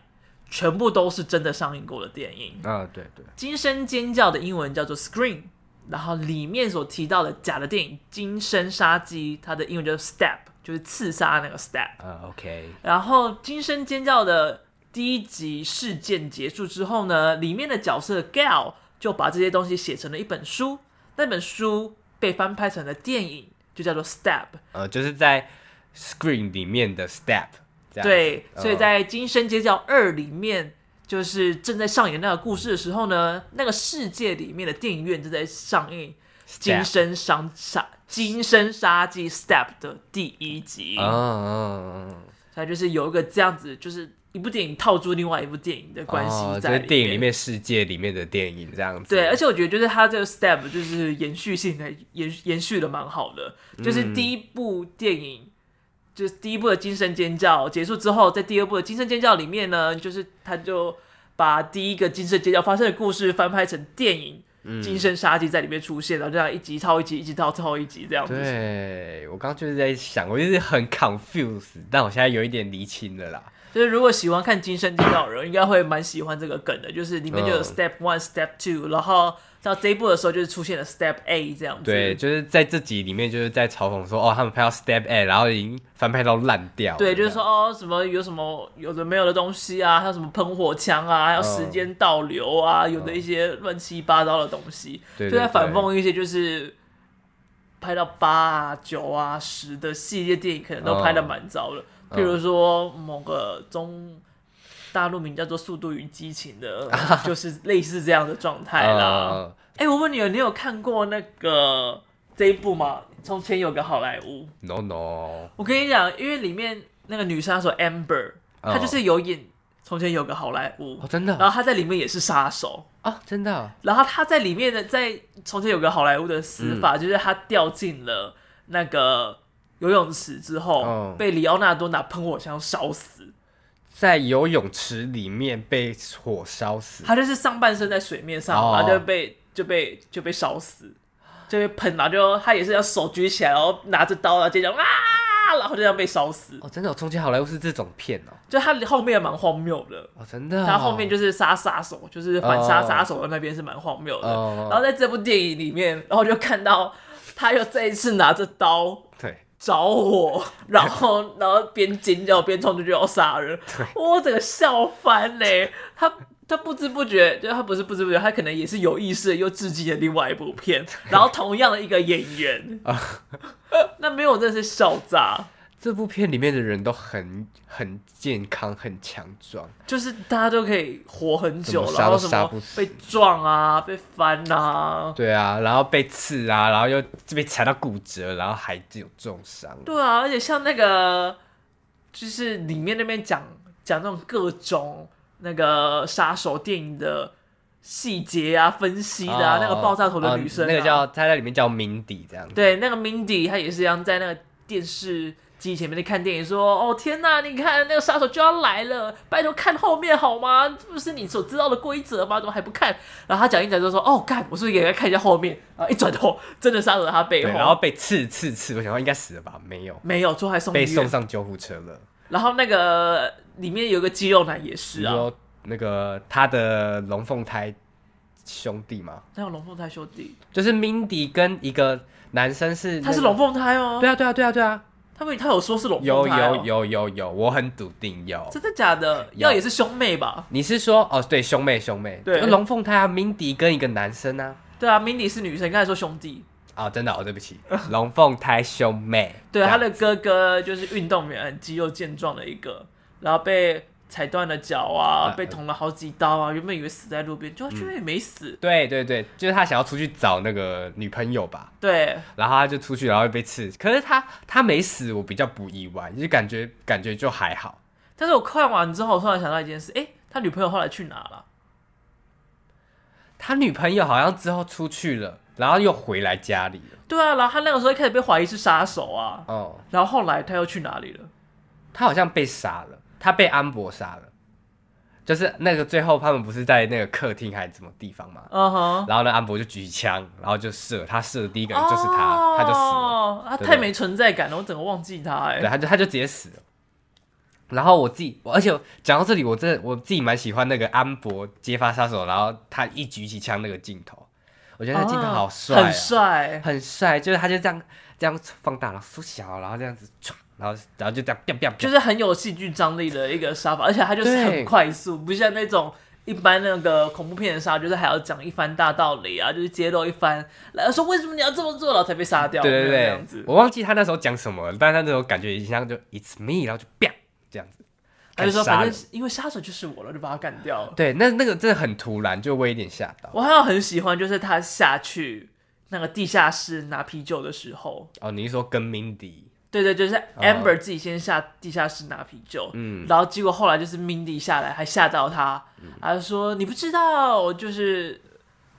Speaker 1: 全部都是真的上映过的电影。
Speaker 2: 啊，对对，
Speaker 1: 惊声尖叫的英文叫做 scream，然后里面所提到的假的电影《惊声杀机》，它的英文叫做 step，就是刺杀那个 step。
Speaker 2: 啊，OK，
Speaker 1: 然后《惊声尖叫》的第一集事件结束之后呢，里面的角色 Gal 就把这些东西写成了一本书，那本书被翻拍成了电影，就叫做 step。
Speaker 2: 呃，就是在 Screen 里面的 Step，这样子
Speaker 1: 对，
Speaker 2: 嗯
Speaker 1: 所以在《惊声尖叫二》里面，就是正在上演那个故事的时候呢，那个世界里面的电影院正在上映《惊声伤杀》《惊声杀机》Step 的第一集，
Speaker 2: 嗯嗯嗯嗯
Speaker 1: 它就是有一个这样子，就是一部电影套住另外一部电影的关
Speaker 2: 哦
Speaker 1: 系
Speaker 2: 就
Speaker 1: 在
Speaker 2: 是电影里。面世界里面的电影这样子。
Speaker 1: 对，而且我觉得就是它这个 step 就是延续性的延延续的蛮好的，就是第一部电影、就是第一部的《精神尖叫》结束之后，在第二部的《精神尖叫》里面呢，就是他就把第一个《精神尖叫》发生的故事翻拍成电影。
Speaker 2: 嗯
Speaker 1: 精神杀机在里面出现，然后这样一集套一集，一集套套一集这样子。
Speaker 2: 对我刚刚就是在想，我就是很 confused，但我现在有一点厘清了啦。
Speaker 1: 就是如果喜欢看《精神尖叫》的人，应该会蛮喜欢这个梗的。就是里面就有
Speaker 2: 嗯
Speaker 1: Step One、Step Two，然后到这一部的时候，就是出现了 Step A 这样子。
Speaker 2: 对，就是在这集里面就是在嘲讽说，哦，他们拍到 Step A，然后已经翻拍到烂掉了。
Speaker 1: 对，就是
Speaker 2: 这
Speaker 1: 说
Speaker 2: 样，
Speaker 1: 哦，什么有什么有的没有的东西啊，还有什么喷火枪啊，还有时
Speaker 2: 嗯
Speaker 1: 间倒流啊，有的一些乱七八糟的东西，
Speaker 2: 对
Speaker 1: 就在
Speaker 2: 对
Speaker 1: 反
Speaker 2: 对
Speaker 1: 讽一些就是拍到八啊、九啊、十的系列电影，可能都拍的
Speaker 2: 嗯
Speaker 1: 蛮糟的。
Speaker 2: 嗯
Speaker 1: 譬如说某个中大陆名叫做《速度与激情》 的，就是类似这样的状态啦。
Speaker 2: 呃
Speaker 1: 哎、我问你，你有看过那个这一部吗？从前有个好莱坞。
Speaker 2: 嗯，no no，
Speaker 1: 我跟你讲，因为里面那个女杀手 Amber，
Speaker 2: 哦
Speaker 1: 她就是有演《从前有个好莱坞
Speaker 2: 哦，》，真的
Speaker 1: 然
Speaker 2: 啊、
Speaker 1: 后她在里面也是杀手，
Speaker 2: 哦，真的啊、
Speaker 1: 然后她在里面的在《从前有个好莱坞》的死
Speaker 2: 嗯
Speaker 1: 法、就是她掉进了那个游泳池之后，
Speaker 2: 哦
Speaker 1: 被里奥纳多拿喷火枪烧死，
Speaker 2: 在游泳池里面被火烧死。
Speaker 1: 她就是上半身在水面上，
Speaker 2: 哦
Speaker 1: 然后就被就被就被烧死，就被喷，然后就她也是要手举起来，然后拿着刀，然后就这样啊，然后就这样被烧死，
Speaker 2: 哦，真的、哦，从前好莱坞是这种片哦，
Speaker 1: 就她后面也蛮荒谬的。
Speaker 2: 哦，真的哦、
Speaker 1: 他后面就是杀杀手，就是反杀杀手的那边是蛮荒谬的。
Speaker 2: 哦
Speaker 1: 然后在这部电影里面，然后就看到他又再一次拿着刀
Speaker 2: 对，
Speaker 1: 着火，然后然后边尖叫边冲出去要杀人，我整个笑翻嘞！他他不知不觉，就他不是不知不觉，他可能也是有意识地又致敬了另外一部片，然后同样的一个演员， 那没有真的是笑炸。
Speaker 2: 这部片里面的人都很很健康，很强壮。
Speaker 1: 就是大家都可以活很久，
Speaker 2: 怎么杀
Speaker 1: 然后
Speaker 2: 都
Speaker 1: 什
Speaker 2: 杀
Speaker 1: 么
Speaker 2: 不死
Speaker 1: 被撞啊、被翻啊，
Speaker 2: 对啊，然后被刺啊，然后又被踩到骨折，然后还有重伤。
Speaker 1: 对啊，而且像那个就是里面那边讲讲这种各种那个杀手电影的细节啊、分析的啊，
Speaker 2: 哦
Speaker 1: 那个爆炸头的
Speaker 2: 哦
Speaker 1: 女生、啊
Speaker 2: 那个叫她在里面叫鸣笛这样子。
Speaker 1: 对，那个 Mindy 她也是一样在那个电视机前面在看电影说，哦天呐，你看那个杀手就要来了，拜托看后面好吗？这不是你所知道的规则吗？怎么还不看？然后她讲一讲就说，哦干，我是不是也该看一下后面？然啊后一转头，真的杀手在她背
Speaker 2: 对，
Speaker 1: 后，
Speaker 2: 然后被刺刺刺，我想说应该死了吧，没有，
Speaker 1: 没有，最后还送
Speaker 2: 被
Speaker 1: 医
Speaker 2: 送
Speaker 1: 院。
Speaker 2: 上救护车了。
Speaker 1: 然后那个里面有个肌肉男也是
Speaker 2: 你
Speaker 1: 啊，
Speaker 2: 说那个他的龙凤胎兄弟嘛，
Speaker 1: 那有龙凤胎兄弟，
Speaker 2: 就是 Mindy 跟一个男生是、
Speaker 1: 他是，龙凤胎哦
Speaker 2: 对。啊对啊对啊对啊，
Speaker 1: 他们他有说是龙
Speaker 2: 有
Speaker 1: 凤胎、哦，
Speaker 2: 有，有有有，我很笃定有。
Speaker 1: 真的假的？
Speaker 2: 有
Speaker 1: 要也是兄妹吧？
Speaker 2: 你是说哦，对，兄妹兄妹，
Speaker 1: 对
Speaker 2: 就龙凤胎啊，Mindy 跟一个男生啊，
Speaker 1: 对啊，Mindy 是女生，刚才说兄弟。
Speaker 2: 哦，真的，哦，对 不起，龙凤胎兄妹，
Speaker 1: 对，
Speaker 2: 这
Speaker 1: 他
Speaker 2: 样
Speaker 1: 的哥哥就是运动员，肌肉健壮的一个，然后被踩断了脚啊，
Speaker 2: 啊嗯
Speaker 1: 被捅了好几刀啊，原本以为死在路边，就居然也没死。
Speaker 2: 对对对，就是他想要出去找那个女朋友吧，
Speaker 1: 对，
Speaker 2: 然后他就出去，然后被刺，可是他他没死，我比较不意外，就感觉感觉就还好。
Speaker 1: 但是我看完之后，我突然想到一件事，诶，他女朋友后来去哪了？
Speaker 2: 他女朋友好像之后出去了，然后又回来家里了。
Speaker 1: 对啊，然后他那个时候一开始被怀疑是杀手啊，
Speaker 2: 哦，
Speaker 1: 然后后来他又去哪里了？
Speaker 2: 他好像被杀了，他被安博杀了。就是那个最后他们不是在那个客厅还是什么地方嘛？
Speaker 1: 嗯哼，
Speaker 2: 然后呢，安博就举起枪，然后就射，他射的第一个人就是他，他就死了。
Speaker 1: 哦，他
Speaker 2: 对
Speaker 1: 太没存在感了，我整个忘记他、诶。
Speaker 2: 对，他就他就直接死了。然后我自己，我而且讲到这里，我真的我自己蛮喜欢那个安博揭发杀手，然后他一举起枪那个镜头，我觉得那镜头
Speaker 1: 啊
Speaker 2: 好帅、啊，
Speaker 1: 很帅，
Speaker 2: 很帅，就是他就这样这样放大，然后缩小，然后这样子唰，然后然后就这样 biang biang biang，
Speaker 1: 就是很有戏剧张力的一个杀法，而且它就是
Speaker 2: 对
Speaker 1: 很快速，不像那种一般那个恐怖片的杀，就是还要讲一番大道理啊，就是揭露一番，然后说为什么你要这么做，然后才被杀掉，
Speaker 2: 对
Speaker 1: 没
Speaker 2: 对
Speaker 1: 有这样
Speaker 2: 对
Speaker 1: 子，，
Speaker 2: 我忘记他那时候讲什么了，但是他那时候感 觉一下就 it's me，然后就 biang 这样子，
Speaker 1: 他就说
Speaker 2: 开始杀
Speaker 1: 反
Speaker 2: 人
Speaker 1: 正因为杀手就是我了，就把他干掉了。
Speaker 2: 对，那那个真的很突然，就我有点吓到。
Speaker 1: 我还有很喜欢，就是他下去那个地下室拿啤酒的时候，
Speaker 2: 哦，你是说跟 Mindy？
Speaker 1: 对对，就是
Speaker 2: 啊
Speaker 1: Amber 自己先下地下室拿啤酒，嗯，然后结果后来就是 Mindy 下来还吓到他，
Speaker 2: 嗯
Speaker 1: 他就说你不知道，就是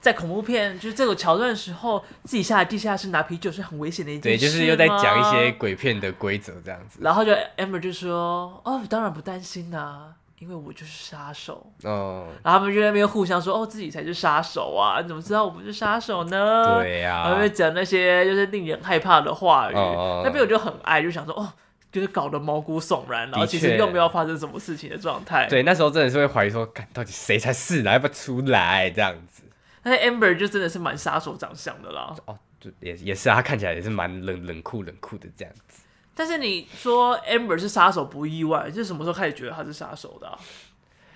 Speaker 1: 在恐怖片就是这种桥段的时候，自己下来地下室拿啤酒是很危险的一件
Speaker 2: 对，
Speaker 1: 事，
Speaker 2: 就是又在讲一些。鬼片的规则这样子。
Speaker 1: 然后就 Amber 就说：“哦，当然不担心啦、因为我就是杀手。
Speaker 2: 哦，”
Speaker 1: 然后他们就在那边互相说：“哦，自己才是杀手啊，你怎么知道我不是杀手呢？”
Speaker 2: 对啊呀、
Speaker 1: 然后就讲那些就是令人害怕的话语。
Speaker 2: 哦哦哦
Speaker 1: 那边我就很爱，就想说哦，就是搞得毛骨悚然，然后
Speaker 2: 的
Speaker 1: 其
Speaker 2: 确
Speaker 1: 实又没有发生什么事情的状态。，
Speaker 2: 对，那时候真的是会怀疑说，看到底谁才是来不出来这样子。
Speaker 1: 但是 Amber 就真的是蛮杀手长相的啦。
Speaker 2: 哦，就也也是啊，他看起来也是蛮冷冷酷冷酷的这样子。
Speaker 1: 但是你说 Amber 是杀手不意外，是什么时候开始觉得他是杀手的啊、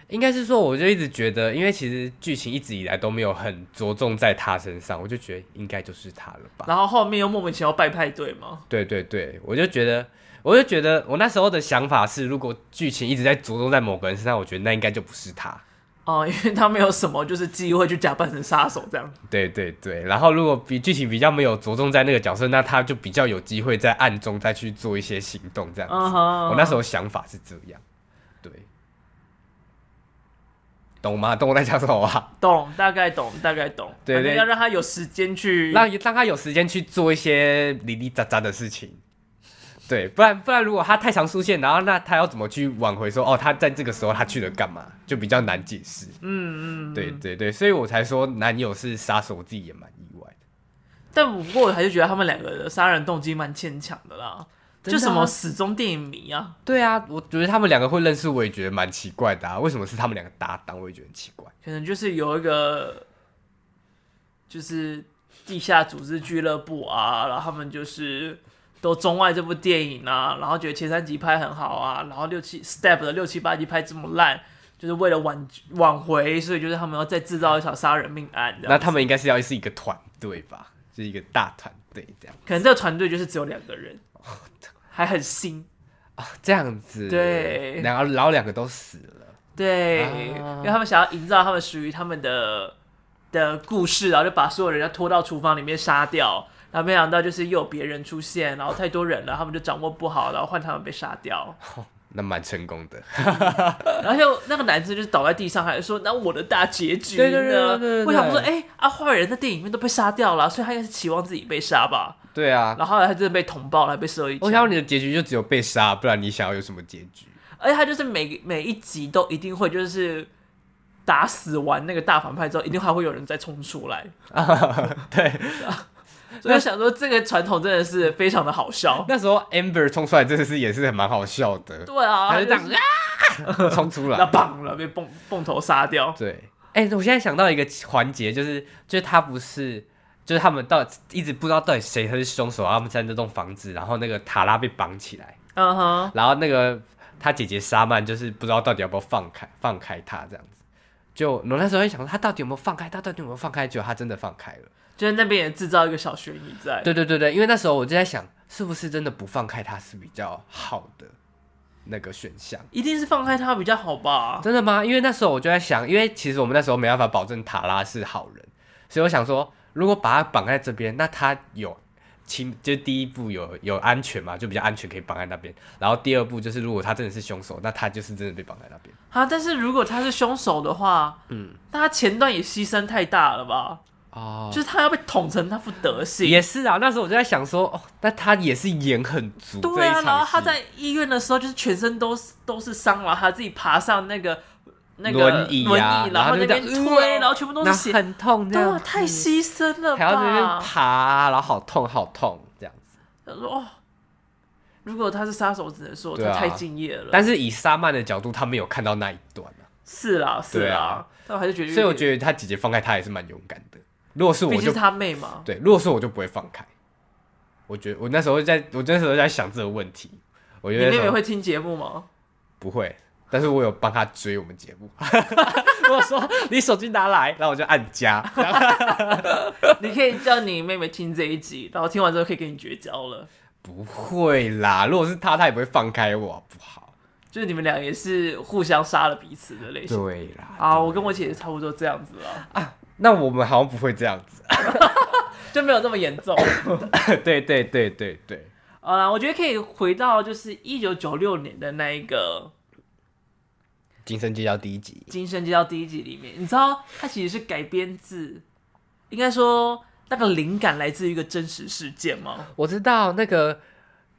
Speaker 2: 应该是说，我就一直觉得，因为其实剧情一直以来都没有很着重在他身上，我就觉得应该就是他了吧。
Speaker 1: 然后后面又莫名其妙拜派对吗？
Speaker 2: 对对对，我就觉得，我就觉得，我那时候的想法是，如果剧情一直在着重在某个人身上，我觉得那应该就不是他。
Speaker 1: 哦、 因为他没有什么就是机会去假扮成杀手这样。
Speaker 2: 对对对，然后如果比剧情比较没有着重在那个角色，那他就比较有机会在暗中再去做一些行动这样子。
Speaker 1: 嗯哼
Speaker 2: 我那时候想法是这样，对，懂吗？懂我在讲什么吗？
Speaker 1: 懂，大概懂，大概懂。
Speaker 2: 对
Speaker 1: 反正
Speaker 2: 对
Speaker 1: 要让他有时间去。
Speaker 2: 让让他有时间去做一些零零杂杂的事情。对，不然不然，如果他太常出现，然后那他要怎么去挽回说哦，他在这个时候他去了干嘛，就比较难解释。
Speaker 1: 嗯嗯。
Speaker 2: 对对对，所以我才说男友是杀手，我自己也蛮意外的。
Speaker 1: 但不过我还是觉得他们两个的杀人动机蛮牵强的啦，
Speaker 2: 真的
Speaker 1: 就
Speaker 2: 啊
Speaker 1: 什么死忠电影迷啊，
Speaker 2: 对啊，我觉得他们两个会认识，我也觉得蛮奇怪的啊。为什么是他们两个搭档，我也觉得很奇怪。
Speaker 1: 可能就是有一个就是地下组织俱乐部啊，然后他们就是都钟爱这部电影啊，然后觉得前三集拍很好啊，然后六七 step 的六七八集拍这么烂。就是为了挽挽回，所以就是他们要再制造一场杀人命案这样子。
Speaker 2: 那他们应该是要是一个团队吧，就是一个大团队这样
Speaker 1: 可能这个团队就是只有两个 人，
Speaker 2: 哦
Speaker 1: 还很新。
Speaker 2: 啊，这样子。
Speaker 1: 对
Speaker 2: 然后然后两个都死了。
Speaker 1: 对，
Speaker 2: 啊
Speaker 1: 因为他们想要营造他们属于他们的的故事，然后就把所有人要拖到厨房里面杀掉。然后没 想到就是又有别人出现，然后太多人了，他们就掌握不好，然后换他们被杀掉。
Speaker 2: 那蛮成功的。
Speaker 1: 然后就那个男生就是倒在地上，还说：“那我的大结局呢？”
Speaker 2: 对对对对对对对
Speaker 1: 我想说，哎、啊，坏人在电影里面都被杀掉了，所以他应该是期望自己被杀吧。
Speaker 2: 对啊，
Speaker 1: 然后后来他真的被捅爆了，还被射一
Speaker 2: 我想要
Speaker 1: 枪。
Speaker 2: 你的结局就只有被杀，不然你想要有什么结局？
Speaker 1: 而且他就是每每一集都一定会就是打死完那个大反派之后，一定还会有人再冲出来。
Speaker 2: 对，
Speaker 1: 所以我想说，这个传统真的是非常的好笑。
Speaker 2: 那时候 Amber 冲出来真的是也是蛮好笑的，
Speaker 1: 对啊，
Speaker 2: 他就这
Speaker 1: 他
Speaker 2: 样
Speaker 1: 就是
Speaker 2: 啊冲出
Speaker 1: 那
Speaker 2: 来。
Speaker 1: 棒了，被蹦蹦头杀掉。
Speaker 2: 对，哎、我现在想到一个环节，就是就是他不是。就是他们到一直不知道到底谁才是凶手，然后他们在那栋房子，然后那个塔拉被绑起来，
Speaker 1: 嗯哼，
Speaker 2: 然后那个他姐姐沙曼就是不知道到底要不要放开放开他这样子，就我那时候在想说他到底有没有放开，他到底有没有放开，结果他真的放开了。
Speaker 1: 就是那边也制造一个小悬疑在。
Speaker 2: 对对对对，因为那时候我就在想，是不是真的不放开他是比较好的那个选项。
Speaker 1: 一定是放开他比较好吧？
Speaker 2: 真的吗？因为那时候我就在想，因为其实我们那时候没办法保证塔拉是好人，所以我想说，如果把他绑在这边，那他有亲，就第一步有有安全嘛，就比较安全，可以绑在那边。然后第二步就是，如果他真的是凶手，那他就是真的被绑在那边。
Speaker 1: 啊，但是如果他是凶手的话，嗯，那他前段也牺牲太大了吧？
Speaker 2: 哦，
Speaker 1: 就是他要被捅成他副德行。
Speaker 2: 也是啊。那时候我就在想说，哦，那他也是演很足这
Speaker 1: 对
Speaker 2: 一
Speaker 1: 啊，
Speaker 2: 场
Speaker 1: 然后他
Speaker 2: 戏
Speaker 1: 在医院的时候，就是全身都是都是伤，然后他自己爬上那个那个
Speaker 2: 轮椅啊
Speaker 1: 然后
Speaker 2: 然后就
Speaker 1: 那边
Speaker 2: 这样
Speaker 1: 推，然后全部都是
Speaker 2: 那
Speaker 1: 血，
Speaker 2: 很痛这
Speaker 1: 对
Speaker 2: 样
Speaker 1: 啊，
Speaker 2: 子，
Speaker 1: 太牺牲了
Speaker 2: 还要在那边
Speaker 1: 吧？
Speaker 2: 爬，然后好痛好痛这样子。
Speaker 1: 他说哦，如果他是杀手，只能说
Speaker 2: 对啊
Speaker 1: 他太敬业了。
Speaker 2: 但是以沙曼的角度，他没有看到那一段啊。
Speaker 1: 是啦，是
Speaker 2: 对
Speaker 1: 啦
Speaker 2: 啊，
Speaker 1: 但我还是觉得有点，
Speaker 2: 所以我觉得他姐姐放开他也是蛮勇敢的。如果是
Speaker 1: 嗯
Speaker 2: 我
Speaker 1: 毕竟
Speaker 2: 就是
Speaker 1: 他妹嘛。
Speaker 2: 对，如果是我就不会放开。我觉得我那时候在，我那时候在想这个问题，我
Speaker 1: 你
Speaker 2: 觉得
Speaker 1: 妹
Speaker 2: 那时
Speaker 1: 妹
Speaker 2: 候
Speaker 1: 会听节目吗？
Speaker 2: 不会，但是我有帮他追我们节 目。我说你手机拿来，然后我就按加。
Speaker 1: 你可以叫你妹妹听这一集，然后听完之后可以跟你绝交了。
Speaker 2: 不会啦，如果是他，他也不会放开我，好不好？
Speaker 1: 就是你们俩也是互相杀了彼此的类型。
Speaker 2: 对啦，
Speaker 1: 啊，我跟我姐姐差不多这样子啦，
Speaker 2: 那我们好像不会这样子。
Speaker 1: 就没有那么严重。
Speaker 2: 对对对对对，
Speaker 1: 好啦，我觉得可以回到就是一九九六年的那一个
Speaker 2: 《惊声尖叫》第一集
Speaker 1: 《惊声尖叫》第一集里面，你知道它其实是改编自，应该说那个灵感来自于一个真实事件吗？
Speaker 2: 我知道那个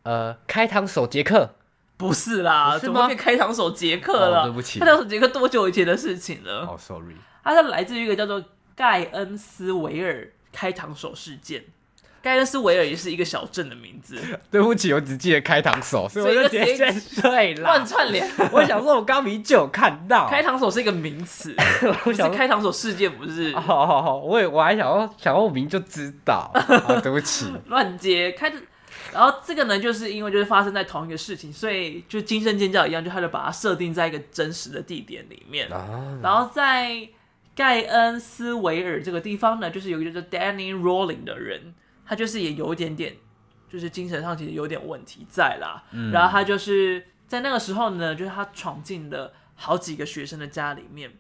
Speaker 2: 呃，开膛手杰克，
Speaker 1: 不是啦，
Speaker 2: 不是
Speaker 1: 怎
Speaker 2: 吗
Speaker 1: 么会变开膛手杰克了？
Speaker 2: 哦对不起
Speaker 1: 开膛手杰克多久以前的事情了？
Speaker 2: 哦、s o r r y
Speaker 1: 它是来自于一个叫做盖恩斯维尔开膛手事件。盖恩斯维尔也是一个小镇的名字，
Speaker 2: 对不起，我只记得开膛手，所
Speaker 1: 所
Speaker 2: 以我
Speaker 1: 以
Speaker 2: 就
Speaker 1: 就
Speaker 2: 直接
Speaker 1: 直接
Speaker 2: 先睡
Speaker 1: 乱
Speaker 2: 啦。
Speaker 1: 串联。
Speaker 2: 我想说，我刚明就有看到
Speaker 1: 开膛手是一个名词，
Speaker 2: 我
Speaker 1: 不是
Speaker 2: 想说，哦
Speaker 1: 开膛手事件，不是
Speaker 2: 好好好，我也我还想说，想说我明就知 道。啊，对不起，
Speaker 1: 乱接开。然后这个呢，就是因为就是发生在同一个事情，所以就惊声尖叫一样，就他就把它设定在一个真实的地点里面。
Speaker 2: 啊，
Speaker 1: 然后在盖恩斯维尔这个地方呢，就是有一个叫做 Danny Rolling 的人，他就是也有一点点，就是精神上其实有点问题在啦。然后他就是在那个时候呢，就是他闯进了好几个学生的家里面，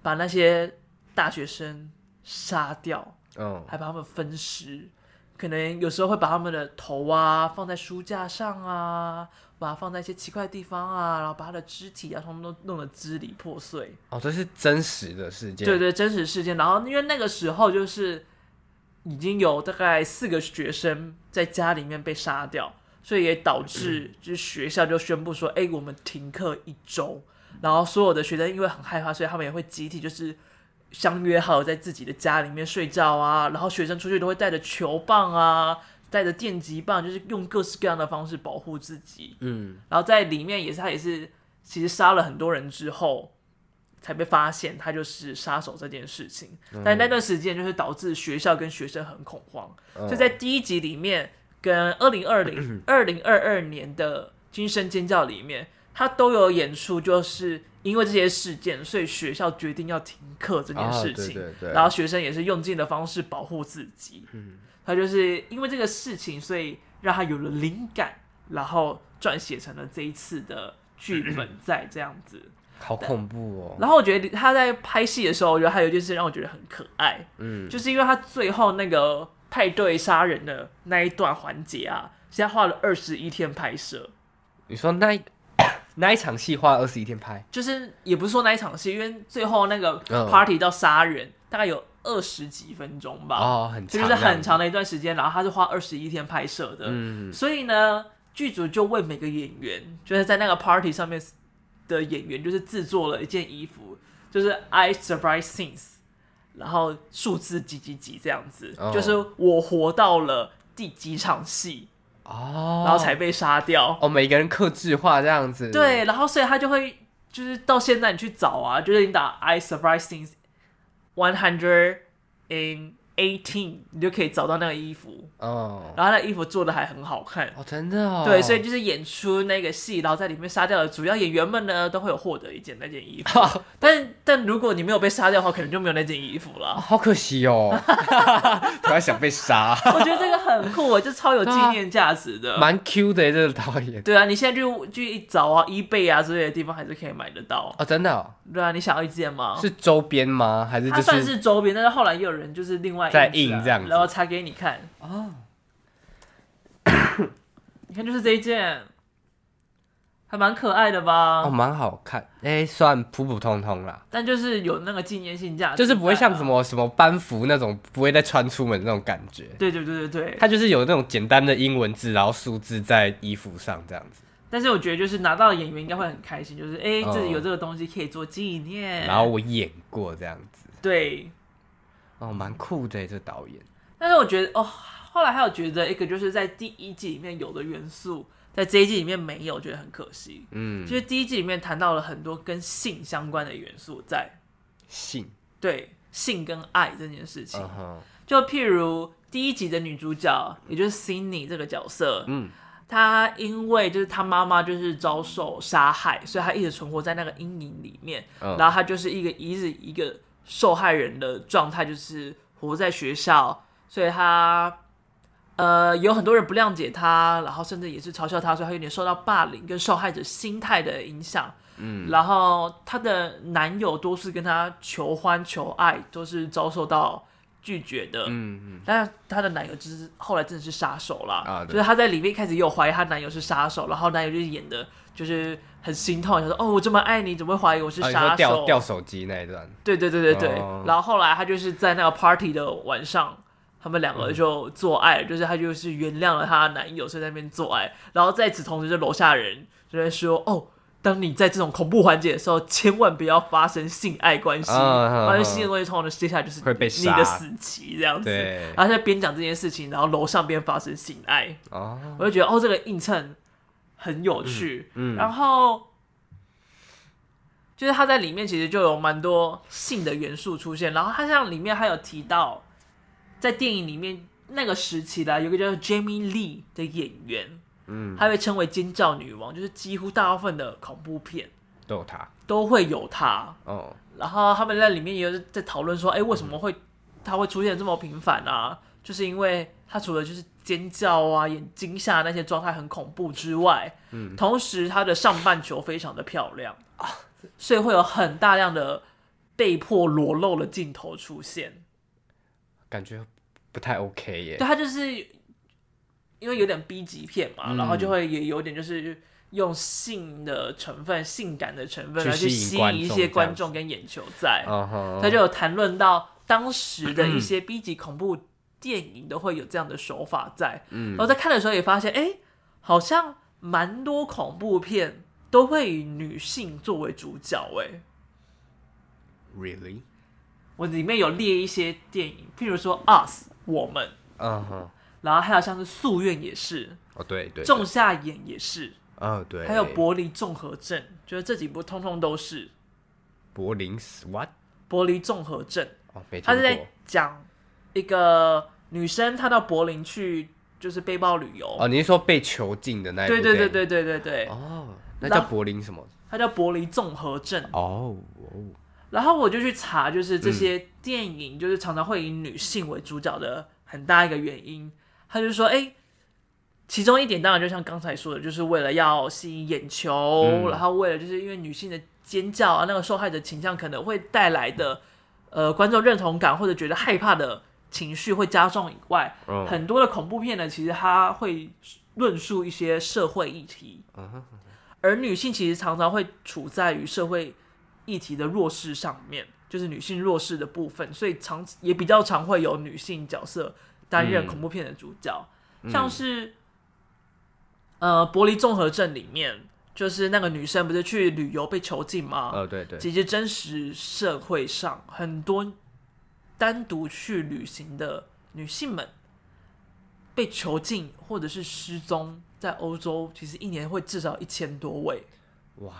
Speaker 1: 把那些大学生杀掉，
Speaker 2: 嗯，
Speaker 1: 还把他们分尸。可能有时候会把他们的头啊放在书架上啊，把它放在一些奇怪的地方啊，然后把他的肢体啊，通通都弄得支离破碎。
Speaker 2: 哦，这是真实的事件，
Speaker 1: 对对，真实事件。然后因为那个时候就是已经有大概四个学生在家里面被杀掉，所以也导致就是学校就宣布说，哎、我们停课一周。然后所有的学生因为很害怕，所以他们也会集体就是相约好在自己的家里面睡觉啊。然后学生出去都会带着球棒啊，带着电击棒，就是用各式各样的方式保护自己。
Speaker 2: 嗯，
Speaker 1: 然后在里面也是他也是其实杀了很多人之后，才被发现他就是杀手这件事情。
Speaker 2: 嗯
Speaker 1: 但那段时间就是导致学校跟学生很恐慌，
Speaker 2: 嗯
Speaker 1: 所以在第一集里面跟二零二 零、二零二二年的《惊声尖叫》里面，他都有演出，就是因为这些事件，所以学校决定要停课这件
Speaker 2: 啊
Speaker 1: 事
Speaker 2: 对
Speaker 1: 情。
Speaker 2: 对对
Speaker 1: 然后学生也是用尽的方式保护自己。嗯，他就是因为这个事情，所以让他有了灵感，然后撰写成了这一次的剧本， 在这样子。
Speaker 2: 好恐怖哦，
Speaker 1: 然后我觉得他在拍戏的时候，我觉得还有一件事让我觉得很可爱，
Speaker 2: 嗯，
Speaker 1: 就是因为他最后那个派对杀人的那一段环节啊，现在花了二十一天拍摄，
Speaker 2: 你说那一 那一场戏花二十一天拍，
Speaker 1: 就是也不是说那一场戏，因为最后那个
Speaker 2: 嗯
Speaker 1: party 到杀人、大概有二十几分钟吧，
Speaker 2: 哦，很
Speaker 1: 这
Speaker 2: 长，
Speaker 1: 就是很长的一段时间，然后他是花二十一天拍摄的，
Speaker 2: 嗯
Speaker 1: 所以呢，剧组就为每个演员，就是在那个 party 上面的演员，就是制作了一件衣服，就是 I survive since，然后数字几几几这样子，
Speaker 2: 哦
Speaker 1: 就是我活到了第几场戏，
Speaker 2: 哦，
Speaker 1: 然后才被杀掉。
Speaker 2: 哦，每个人克制化这样子，
Speaker 1: 对，然后所以他就会就是到现在你去找啊，就是你打 I survive since one hundred in eighteen，你就可以找到那个衣服，
Speaker 2: 哦，
Speaker 1: 然后那衣服做的还很好看。
Speaker 2: 哦，真的哦，
Speaker 1: 对，所以就是演出那个戏，然后在里面杀掉的主要演员们呢，都会有获得一件那件衣服。
Speaker 2: 哦
Speaker 1: 但但如果你没有被杀掉的话，可能就没有那件衣服 了。
Speaker 2: 好可惜哦，突然想被杀，
Speaker 1: 我觉得这个很酷，我就超有纪
Speaker 2: 对啊
Speaker 1: 念价值的。
Speaker 2: 蛮 Q 的耶欸这个导演
Speaker 1: 对啊，你现在就去一找啊，eBay 啊之类的地方还是可以买得到。
Speaker 2: 哦，真的哦
Speaker 1: 对啊，你想要一件吗？
Speaker 2: 是周边吗？哦还是
Speaker 1: 它
Speaker 2: 就
Speaker 1: 算是周边，但是后来也有人就是另外
Speaker 2: 再
Speaker 1: 印出来啊
Speaker 2: 印这样子
Speaker 1: 然后拆给你看。
Speaker 2: 哦，
Speaker 1: 你看，就是这一件，还蛮可爱的吧？
Speaker 2: 哦，蛮好看，哎，算普普通通啦，
Speaker 1: 但就是有那个纪念性价值在啊，
Speaker 2: 就是不会像什么什么班服那种不会再穿出门的那种感觉。
Speaker 1: 对对对对对。
Speaker 2: 它就是有那种简单的英文字，然后数字在衣服上这样子，
Speaker 1: 但是我觉得就是拿到的演员应该会很开心，就是哎，
Speaker 2: 哦
Speaker 1: 这里有这个东西可以做纪念。
Speaker 2: 然后我演过这样子，
Speaker 1: 对，
Speaker 2: 哦，蛮酷的耶这导演
Speaker 1: 但是我觉得哦，后来还有觉得一个就是在第一季里面有的元素，在这一季里面没有，觉得很可惜。
Speaker 2: 嗯
Speaker 1: 就是第一季里面谈到了很多跟性相关的元素在，
Speaker 2: 性，
Speaker 1: 对性跟爱这件事情。
Speaker 2: 嗯哼，
Speaker 1: 就譬如第一集的女主角，也就是 Cindy 这个角色，
Speaker 2: 嗯，
Speaker 1: 她因为就是她妈妈就是遭受杀害，所以她一直存活在那个阴影里面，
Speaker 2: 嗯
Speaker 1: 然后她就是一个一直一个受害人的状态，就是活在学校，所以她。呃，有很多人不谅解她，然后甚至也是嘲笑她，所以她有点受到霸凌跟受害者心态的影响。嗯，然后她的男友多是跟她求欢求爱，都是遭受到拒绝的。
Speaker 2: 嗯嗯，
Speaker 1: 但是她的男友就是后来真的是杀手啦，
Speaker 2: 啊对
Speaker 1: 就是她在里面一开始也有怀疑她男友是杀手，然后男友就演的就是很心痛，想说哦我这么爱你，怎么会怀疑我是
Speaker 2: 啊，你
Speaker 1: 杀手？
Speaker 2: 说掉掉手机那一段，
Speaker 1: 对对对对对。
Speaker 2: 哦
Speaker 1: 然后后来她就是在那个 party 的晚上，他们两个就做爱，
Speaker 2: 嗯
Speaker 1: 就是她就是原谅了她男友，所以在那边做爱。然后在此同时，就楼下人就在说哦。当你在这种恐怖环节的时候，千万不要发生性爱关系。
Speaker 2: 嗯嗯嗯
Speaker 1: 发生性爱关系，通常接下来就是
Speaker 2: 会被
Speaker 1: 你
Speaker 2: 杀
Speaker 1: 的死期这样子。
Speaker 2: 对
Speaker 1: 然后在边讲这件事情，然后楼上边发生性爱，
Speaker 2: 哦，
Speaker 1: 我就觉得哦，这个映衬很有趣。
Speaker 2: 嗯
Speaker 1: 然后就是他在里面其实就有蛮多性的元素出现，然后他像里面还有提到，在电影里面那个时期啦，有一个叫做 Jamie Lee 的演员，
Speaker 2: 嗯，
Speaker 1: 她被称为尖叫女王，就是几乎大部分的恐怖片
Speaker 2: 都有他，
Speaker 1: 都会有她。
Speaker 2: 哦，
Speaker 1: 然后他们在里面也有在讨论说，哎、为什么会他会出现这么频繁啊？就是因为他除了就是尖叫啊、眼睛下那些状态很恐怖之外，嗯，同时他的上半球非常的漂亮啊，所以会有很大量的被迫裸露的镜头出现。
Speaker 2: 感觉不太 OK 耶，
Speaker 1: 对，他就是因为有点 B 级片嘛，
Speaker 2: 嗯
Speaker 1: 然后就会也有点就是用性的成分、性感的成分
Speaker 2: 去
Speaker 1: 来去
Speaker 2: 吸
Speaker 1: 吸
Speaker 2: 引观
Speaker 1: 引一
Speaker 2: 众
Speaker 1: 些
Speaker 2: 这
Speaker 1: 观
Speaker 2: 样
Speaker 1: 众跟眼球在，
Speaker 2: 嗯哼，
Speaker 1: 他就有谈论到当时的一
Speaker 2: 嗯
Speaker 1: 些 B 级恐怖电影都会有这样的手法在。嗯，然后在看的时候也发现，哎、好像蛮多恐怖片都会以女性作为主角、哎，
Speaker 2: really，
Speaker 1: 我里面有列一些电影，譬如说《Us》我们，
Speaker 2: 嗯哼，
Speaker 1: 然后还有像是《夙愿》也是，
Speaker 2: 哦对对，
Speaker 1: 《仲夏夜》也是，
Speaker 2: 哦对，
Speaker 1: 还有柏林综合症，就是这几部通通都是
Speaker 2: 柏林 SWAT，
Speaker 1: 柏林综合症。
Speaker 2: 哦没
Speaker 1: 他
Speaker 2: 听
Speaker 1: 是在
Speaker 2: 过，
Speaker 1: 讲一个女生，她到柏林去就是背包旅游。
Speaker 2: 哦你是说被囚禁的那一部
Speaker 1: 对对对
Speaker 2: 电影，
Speaker 1: 对对对对，
Speaker 2: 哦，那
Speaker 1: 然
Speaker 2: 叫
Speaker 1: 后
Speaker 2: 柏林什么？
Speaker 1: 它叫柏林综合症。
Speaker 2: 哦哦，
Speaker 1: 然后我就去查，就是这些电影就是常常会以女性为主角的很大一个原因，他就说，哎、其中一点当然就像刚才说的，就是为了要吸引眼球，
Speaker 2: 嗯
Speaker 1: 然后为了就是因为女性的尖叫啊，那个受害者倾向可能会带来的呃观众认同感或者觉得害怕的情绪会加重以外，
Speaker 2: 嗯
Speaker 1: 很多的恐怖片呢，其实它会论述一些社会议题。而女性其实常常会处在于社会议题的弱势上面，就是女性弱势的部分，所以常也比较常会有女性角色担任
Speaker 2: 嗯
Speaker 1: 恐怖片的主角，像是呃《玻璃综合症》里面，就是那个女生不是去旅游被囚禁吗？
Speaker 2: 呃，对对，
Speaker 1: 其实真实社会上很多单独去旅行的女性们被囚禁或者是失踪，在欧洲其实一年会至少一千多位。
Speaker 2: 哇，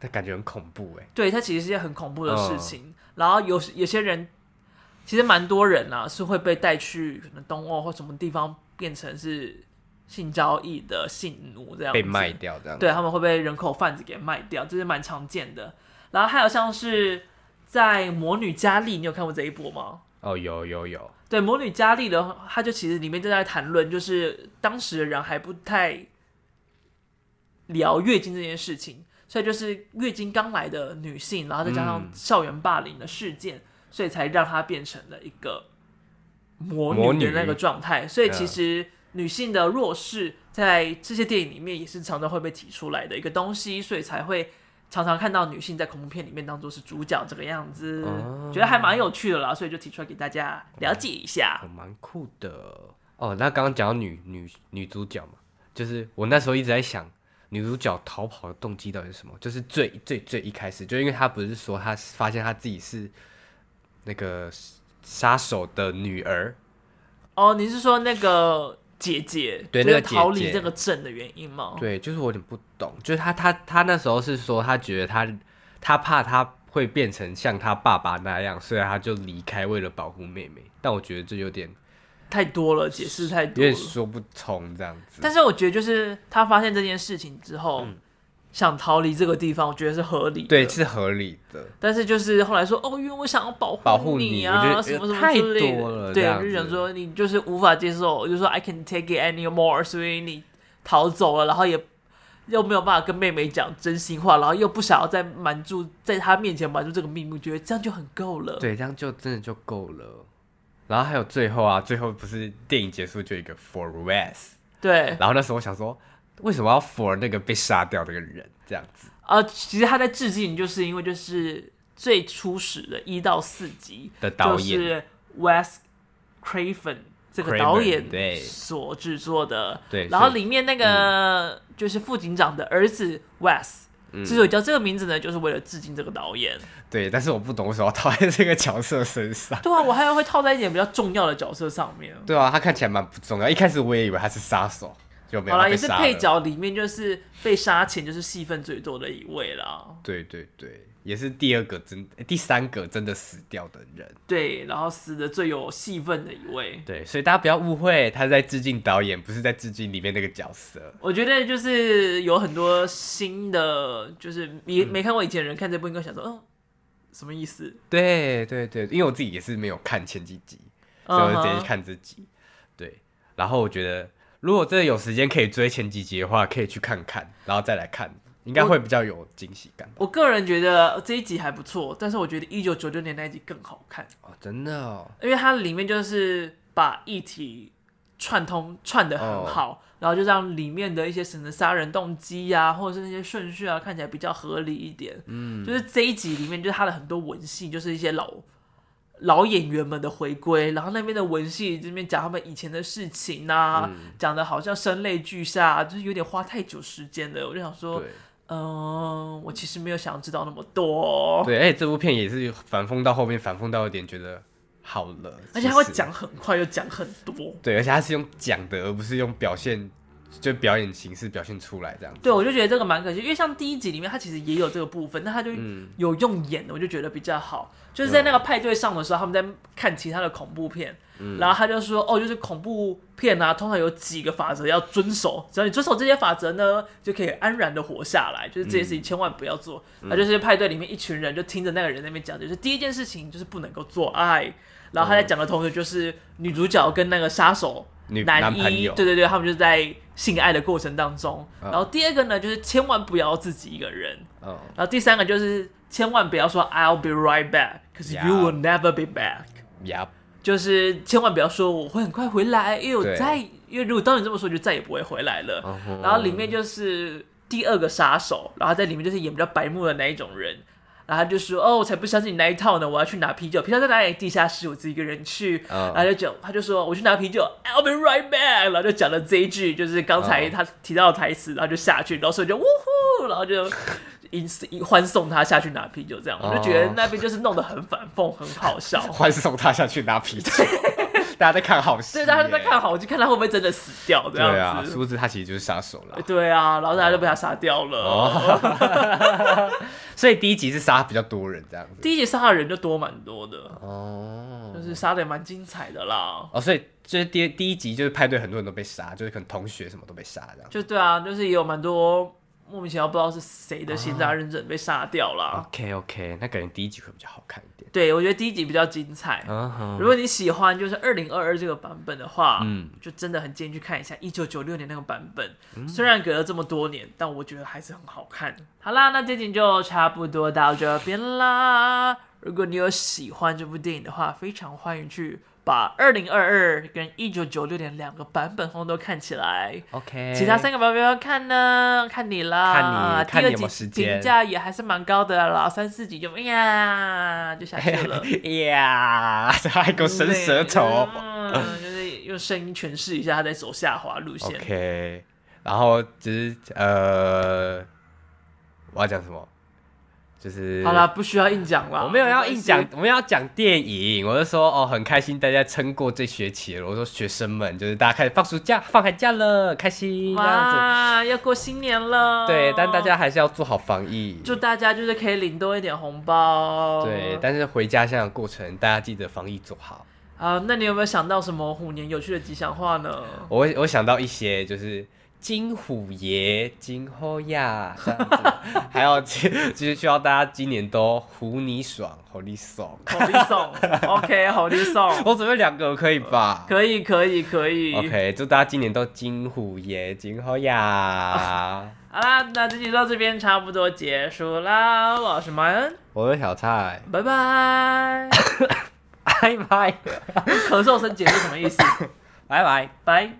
Speaker 2: 那感觉很恐怖哎。
Speaker 1: 对，它其实是一件很恐怖的事
Speaker 2: 嗯
Speaker 1: 情。然后有有些人，其实蛮多人啊是会被带去可能东欧或什么地方，变成是性交易的性奴这样子
Speaker 2: 被卖掉这样子。
Speaker 1: 对，他们会被人口贩子给卖掉，这是蛮常见的。然后还有像是在《魔女佳丽》，你有看过这一部吗？
Speaker 2: 哦，有有有，
Speaker 1: 对，《魔女佳丽》的话，它就其实里面就在谈论，就是当时的人还不太聊月经这件事情，所以就是月经刚来的女性，然后再加上
Speaker 2: 嗯
Speaker 1: 校园霸凌的事件，所以才让她变成了一个魔
Speaker 2: 魔
Speaker 1: 女的
Speaker 2: 女
Speaker 1: 那个状态。所以
Speaker 2: 嗯
Speaker 1: 其实女性的弱势在这些电影里面也是常常会被提出来的一个东西，所以才会常常看到女性在恐怖片里面当做是主角这个样子，
Speaker 2: 哦
Speaker 1: 觉得还蛮有趣的啦，所以就提出来给大家了解一下。
Speaker 2: 哦蛮酷的。哦，那刚刚讲到女女女主角嘛，就是我那时候一直在想，女主角逃跑的动机到底是什么？就是最最最一开始，就因为她不是说她发现她自己是那个杀手的女儿，
Speaker 1: 哦，你是说那个姐姐
Speaker 2: 对
Speaker 1: 就是
Speaker 2: 那个姐
Speaker 1: 逃离
Speaker 2: 姐
Speaker 1: 这个镇的原因吗？
Speaker 2: 对，就是我有点不懂，就是她她她那时候是说她觉得她她怕她会变成像她爸爸那样，所以她就离开，为了保护妹妹。但我觉得这有点
Speaker 1: 太多了，解释太
Speaker 2: 有
Speaker 1: 多了
Speaker 2: 点。说不通这样子。
Speaker 1: 但是我觉得，就是他发现这件事情之后，想逃离这个地方，我觉得是合理的。
Speaker 2: 嗯对，是合理的。
Speaker 1: 但是就是后来说，哦，因为我想要保
Speaker 2: 保护
Speaker 1: 你
Speaker 2: 你
Speaker 1: 啊，
Speaker 2: 我觉得呃
Speaker 1: 什么什么
Speaker 2: 太
Speaker 1: 之类的，
Speaker 2: 多了
Speaker 1: 对，
Speaker 2: 这
Speaker 1: 我
Speaker 2: 样子
Speaker 1: 就想说你就是无法接受，我就说 I can take it anymore，所以你逃走了，然后也又没有办法跟妹妹讲真心话，然后又不想要再瞒住在她面前瞒住这个秘密，我觉得这样就很够了。
Speaker 2: 对，这样就真的就够了。然后还有最后啊，最后不是电影结束就有一个 for Wes，
Speaker 1: 对
Speaker 2: 然后那时候我想说，为什么要 for 那个被杀掉的那个人这样子？
Speaker 1: 啊，其实他在致敬，就是因为就是最初始的一到四集
Speaker 2: 的导演
Speaker 1: 就是 Wes Craven 这个
Speaker 2: Craven，
Speaker 1: 导演
Speaker 2: 对
Speaker 1: 所制作的，
Speaker 2: 对
Speaker 1: 然后
Speaker 2: 所以
Speaker 1: 里面那个就是副警长的儿子 Wes，、之
Speaker 2: 嗯
Speaker 1: 所以叫这个名字呢，就是为了致敬这个导演。
Speaker 2: 对，但是我不懂为什么要套在这个角色身上。
Speaker 1: 对啊，我还会套在一点比较重要的角色上面。
Speaker 2: 对啊，他看起来蛮不重要，一开始我也以为他是杀手，就没有
Speaker 1: 好啦，
Speaker 2: 他被
Speaker 1: 也是
Speaker 2: 杀
Speaker 1: 配
Speaker 2: 了。
Speaker 1: 角里面就是被杀前就是戏份最多的一位啦。
Speaker 2: 对对对，也是第二个真、诶第三个真的死掉的人。
Speaker 1: 对，然后死的最有戏份的一位。
Speaker 2: 对，所以大家不要误会，他是在致敬导演，不是在致敬里面那个角色。
Speaker 1: 我觉得就是有很多新的，就是没没看过以前的人看这部，应该想说，嗯，什么意思？
Speaker 2: 对对对，因为我自己也是没有看前几集，所以我就
Speaker 1: 嗯
Speaker 2: 直接去看这集。对，然后我觉得如果真的有时间可以追前几集的话，可以去看看，然后再来看，应该会比较有惊喜感吧。
Speaker 1: 我个人觉得这一集还不错，但是我觉得一九九六年那一集更好看，
Speaker 2: 哦，真的哦，
Speaker 1: 因为它里面就是把议题串通串的
Speaker 2: 哦
Speaker 1: 很好，然后就让里面的一些神的杀人动机呀、或者是那些顺序啊，看起来比较合理一点。嗯，就是这一集里面，就是它的很多文戏，就是一些老老演员们的回归，然后那边的文戏这边讲他们以前的事情啊，
Speaker 2: 嗯
Speaker 1: 讲的好像声泪俱下啊，就是有点花太久时间了。我就想说，
Speaker 2: 对
Speaker 1: 嗯、我其实没有想要知道那么多，
Speaker 2: 对，而且这部片也是反讽到后面，反讽到有点觉得好了，
Speaker 1: 而且
Speaker 2: 其
Speaker 1: 他会
Speaker 2: 实，
Speaker 1: 讲很快又讲很多。
Speaker 2: 对，而且他是用讲的，而不是用表现，就表演形式表现出来这样子。
Speaker 1: 对，我就觉得这个蛮可惜，因为像第一集里面，它其实也有这个部分，但它就
Speaker 2: 嗯
Speaker 1: 有用眼的，我就觉得比较好。就是在那个派对上的时候，他们在看其他的恐怖片，
Speaker 2: 嗯
Speaker 1: 然后他就说：“哦，就是恐怖片啊，通常有几个法则要遵守，只要你遵守这些法则呢，就可以安然的活下来。就是这些事
Speaker 2: 嗯
Speaker 1: 情千万不要做。那就是派对里面一群人就听着那个人在那边讲，就是第一件事情就是不能够做爱。然后
Speaker 2: 嗯
Speaker 1: 他在讲的同时，就是女主角跟那个杀手
Speaker 2: 女
Speaker 1: 男
Speaker 2: 男朋
Speaker 1: 一，
Speaker 2: 友
Speaker 1: 对对对，他们就是在性爱的过程当中。然后第二个呢，就是千万不要自己一个人。
Speaker 2: 嗯，
Speaker 1: 然后第三个就是千万不要说 I'll be right back，可是 you
Speaker 2: Yeah.
Speaker 1: will never be back，
Speaker 2: 呀，
Speaker 1: 就是千万不要说我会很快回来，因为我
Speaker 2: 对
Speaker 1: 再，因为如果当你这么说，就再也不会回来了。
Speaker 2: 嗯哼
Speaker 1: 然后里面就是。第二个杀手，然后在里面就是演比较白目的那一种人。然后他就说：“哦，我才不相信你那一套呢！我要去拿啤酒，啤酒在哪里？地下室，我自己一个人去。
Speaker 2: 嗯
Speaker 1: 然后就讲，他就说：“我去拿啤酒，I'll be right back。”然后就讲了这一句，就是刚才
Speaker 2: 嗯
Speaker 1: 他提到的台词，然后就下去，然后所以就呜呼，然后 就迎欢送他下去拿啤酒，这样我就觉得
Speaker 2: 哦
Speaker 1: 那边就是弄得很反讽，很好笑。
Speaker 2: 欢送他下去拿 啤酒，大家在看好戏
Speaker 1: 所
Speaker 2: 耶，
Speaker 1: 以大家都在看好，我就看他会不会真的死掉这
Speaker 2: 对啊
Speaker 1: 样，子。
Speaker 2: 殊不知他其实就是杀手啦。
Speaker 1: 对啊，然后大家就被他杀掉了。
Speaker 2: 哦，所以第一集是杀比较多人这样子。
Speaker 1: 第一集杀的人就多蛮多的，
Speaker 2: 哦
Speaker 1: 就是杀的也蛮精彩的啦。
Speaker 2: 哦，所以就是第第一集就是派对很多人都被杀，就是可能同学什么都被杀这样。
Speaker 1: 就对啊，就是也有蛮多莫名其妙不知道是谁的心
Speaker 2: 啊
Speaker 1: 脏认证被杀掉啦。
Speaker 2: OK OK，那感觉第一集会比较好看一点。
Speaker 1: 对，我觉得第一集比较精彩。
Speaker 2: 嗯哼
Speaker 1: 如果你喜欢就是二零二二这个版本的话，
Speaker 2: 嗯
Speaker 1: 就真的很建议去看一下一九九六年那个版本。虽然隔了这么多年，但我觉得还是很好看。好啦，那这集就差不多到这边啦。如果你有喜欢这部电影的话，非常欢迎去把二零二二跟一九九六年两个版本通通都看起来。
Speaker 2: OK，
Speaker 1: 其他三个版本要看呢，看你啦。
Speaker 2: 哎看你看你有
Speaker 1: 第
Speaker 2: 没
Speaker 1: 二集
Speaker 2: 有时间
Speaker 1: 评价也还是蛮高的啦，三四集就哎呀就下去
Speaker 2: 哎
Speaker 1: 了。
Speaker 2: 呀，这还给我伸舌 头。
Speaker 1: 嗯，就是用声音诠释一下他在走下滑路线。
Speaker 2: OK，然后只是呃，我要讲什么？就是
Speaker 1: 好啦，，不需要硬讲啦。
Speaker 2: 我没有要
Speaker 1: 关
Speaker 2: 硬
Speaker 1: 系
Speaker 2: 讲，，我们要讲电影。我是说，哦，很开心大家撑过这学期了。我说学生们，就是大家开始放暑假、放寒假了，开心这样
Speaker 1: 哇，要过新年了。
Speaker 2: 子。对，但大家还是要做好防疫。
Speaker 1: 祝大家就是可以领多一点红包。
Speaker 2: 对，但是回家乡的过程，大家记得防疫做好。
Speaker 1: 好，那你有没有想到什么虎年有趣的吉祥话呢？
Speaker 2: 我我想到一些就是金虎爷、金后呀这样子，还有其就是希望大家今年都虎你爽，虎你爽。
Speaker 1: 好利送 ，OK，好利送，
Speaker 2: 我准备两个可以吧？
Speaker 1: 可以，可以，可以。
Speaker 2: OK，祝大家今年都金虎爷、金后呀。
Speaker 1: 好啦，那这集到这边差不多结束啦。我是马恩，
Speaker 2: 我是小蔡，
Speaker 1: 拜拜。
Speaker 2: 拜拜，
Speaker 1: 咳嗽声结束什么意思？
Speaker 2: 拜拜。
Speaker 1: 拜。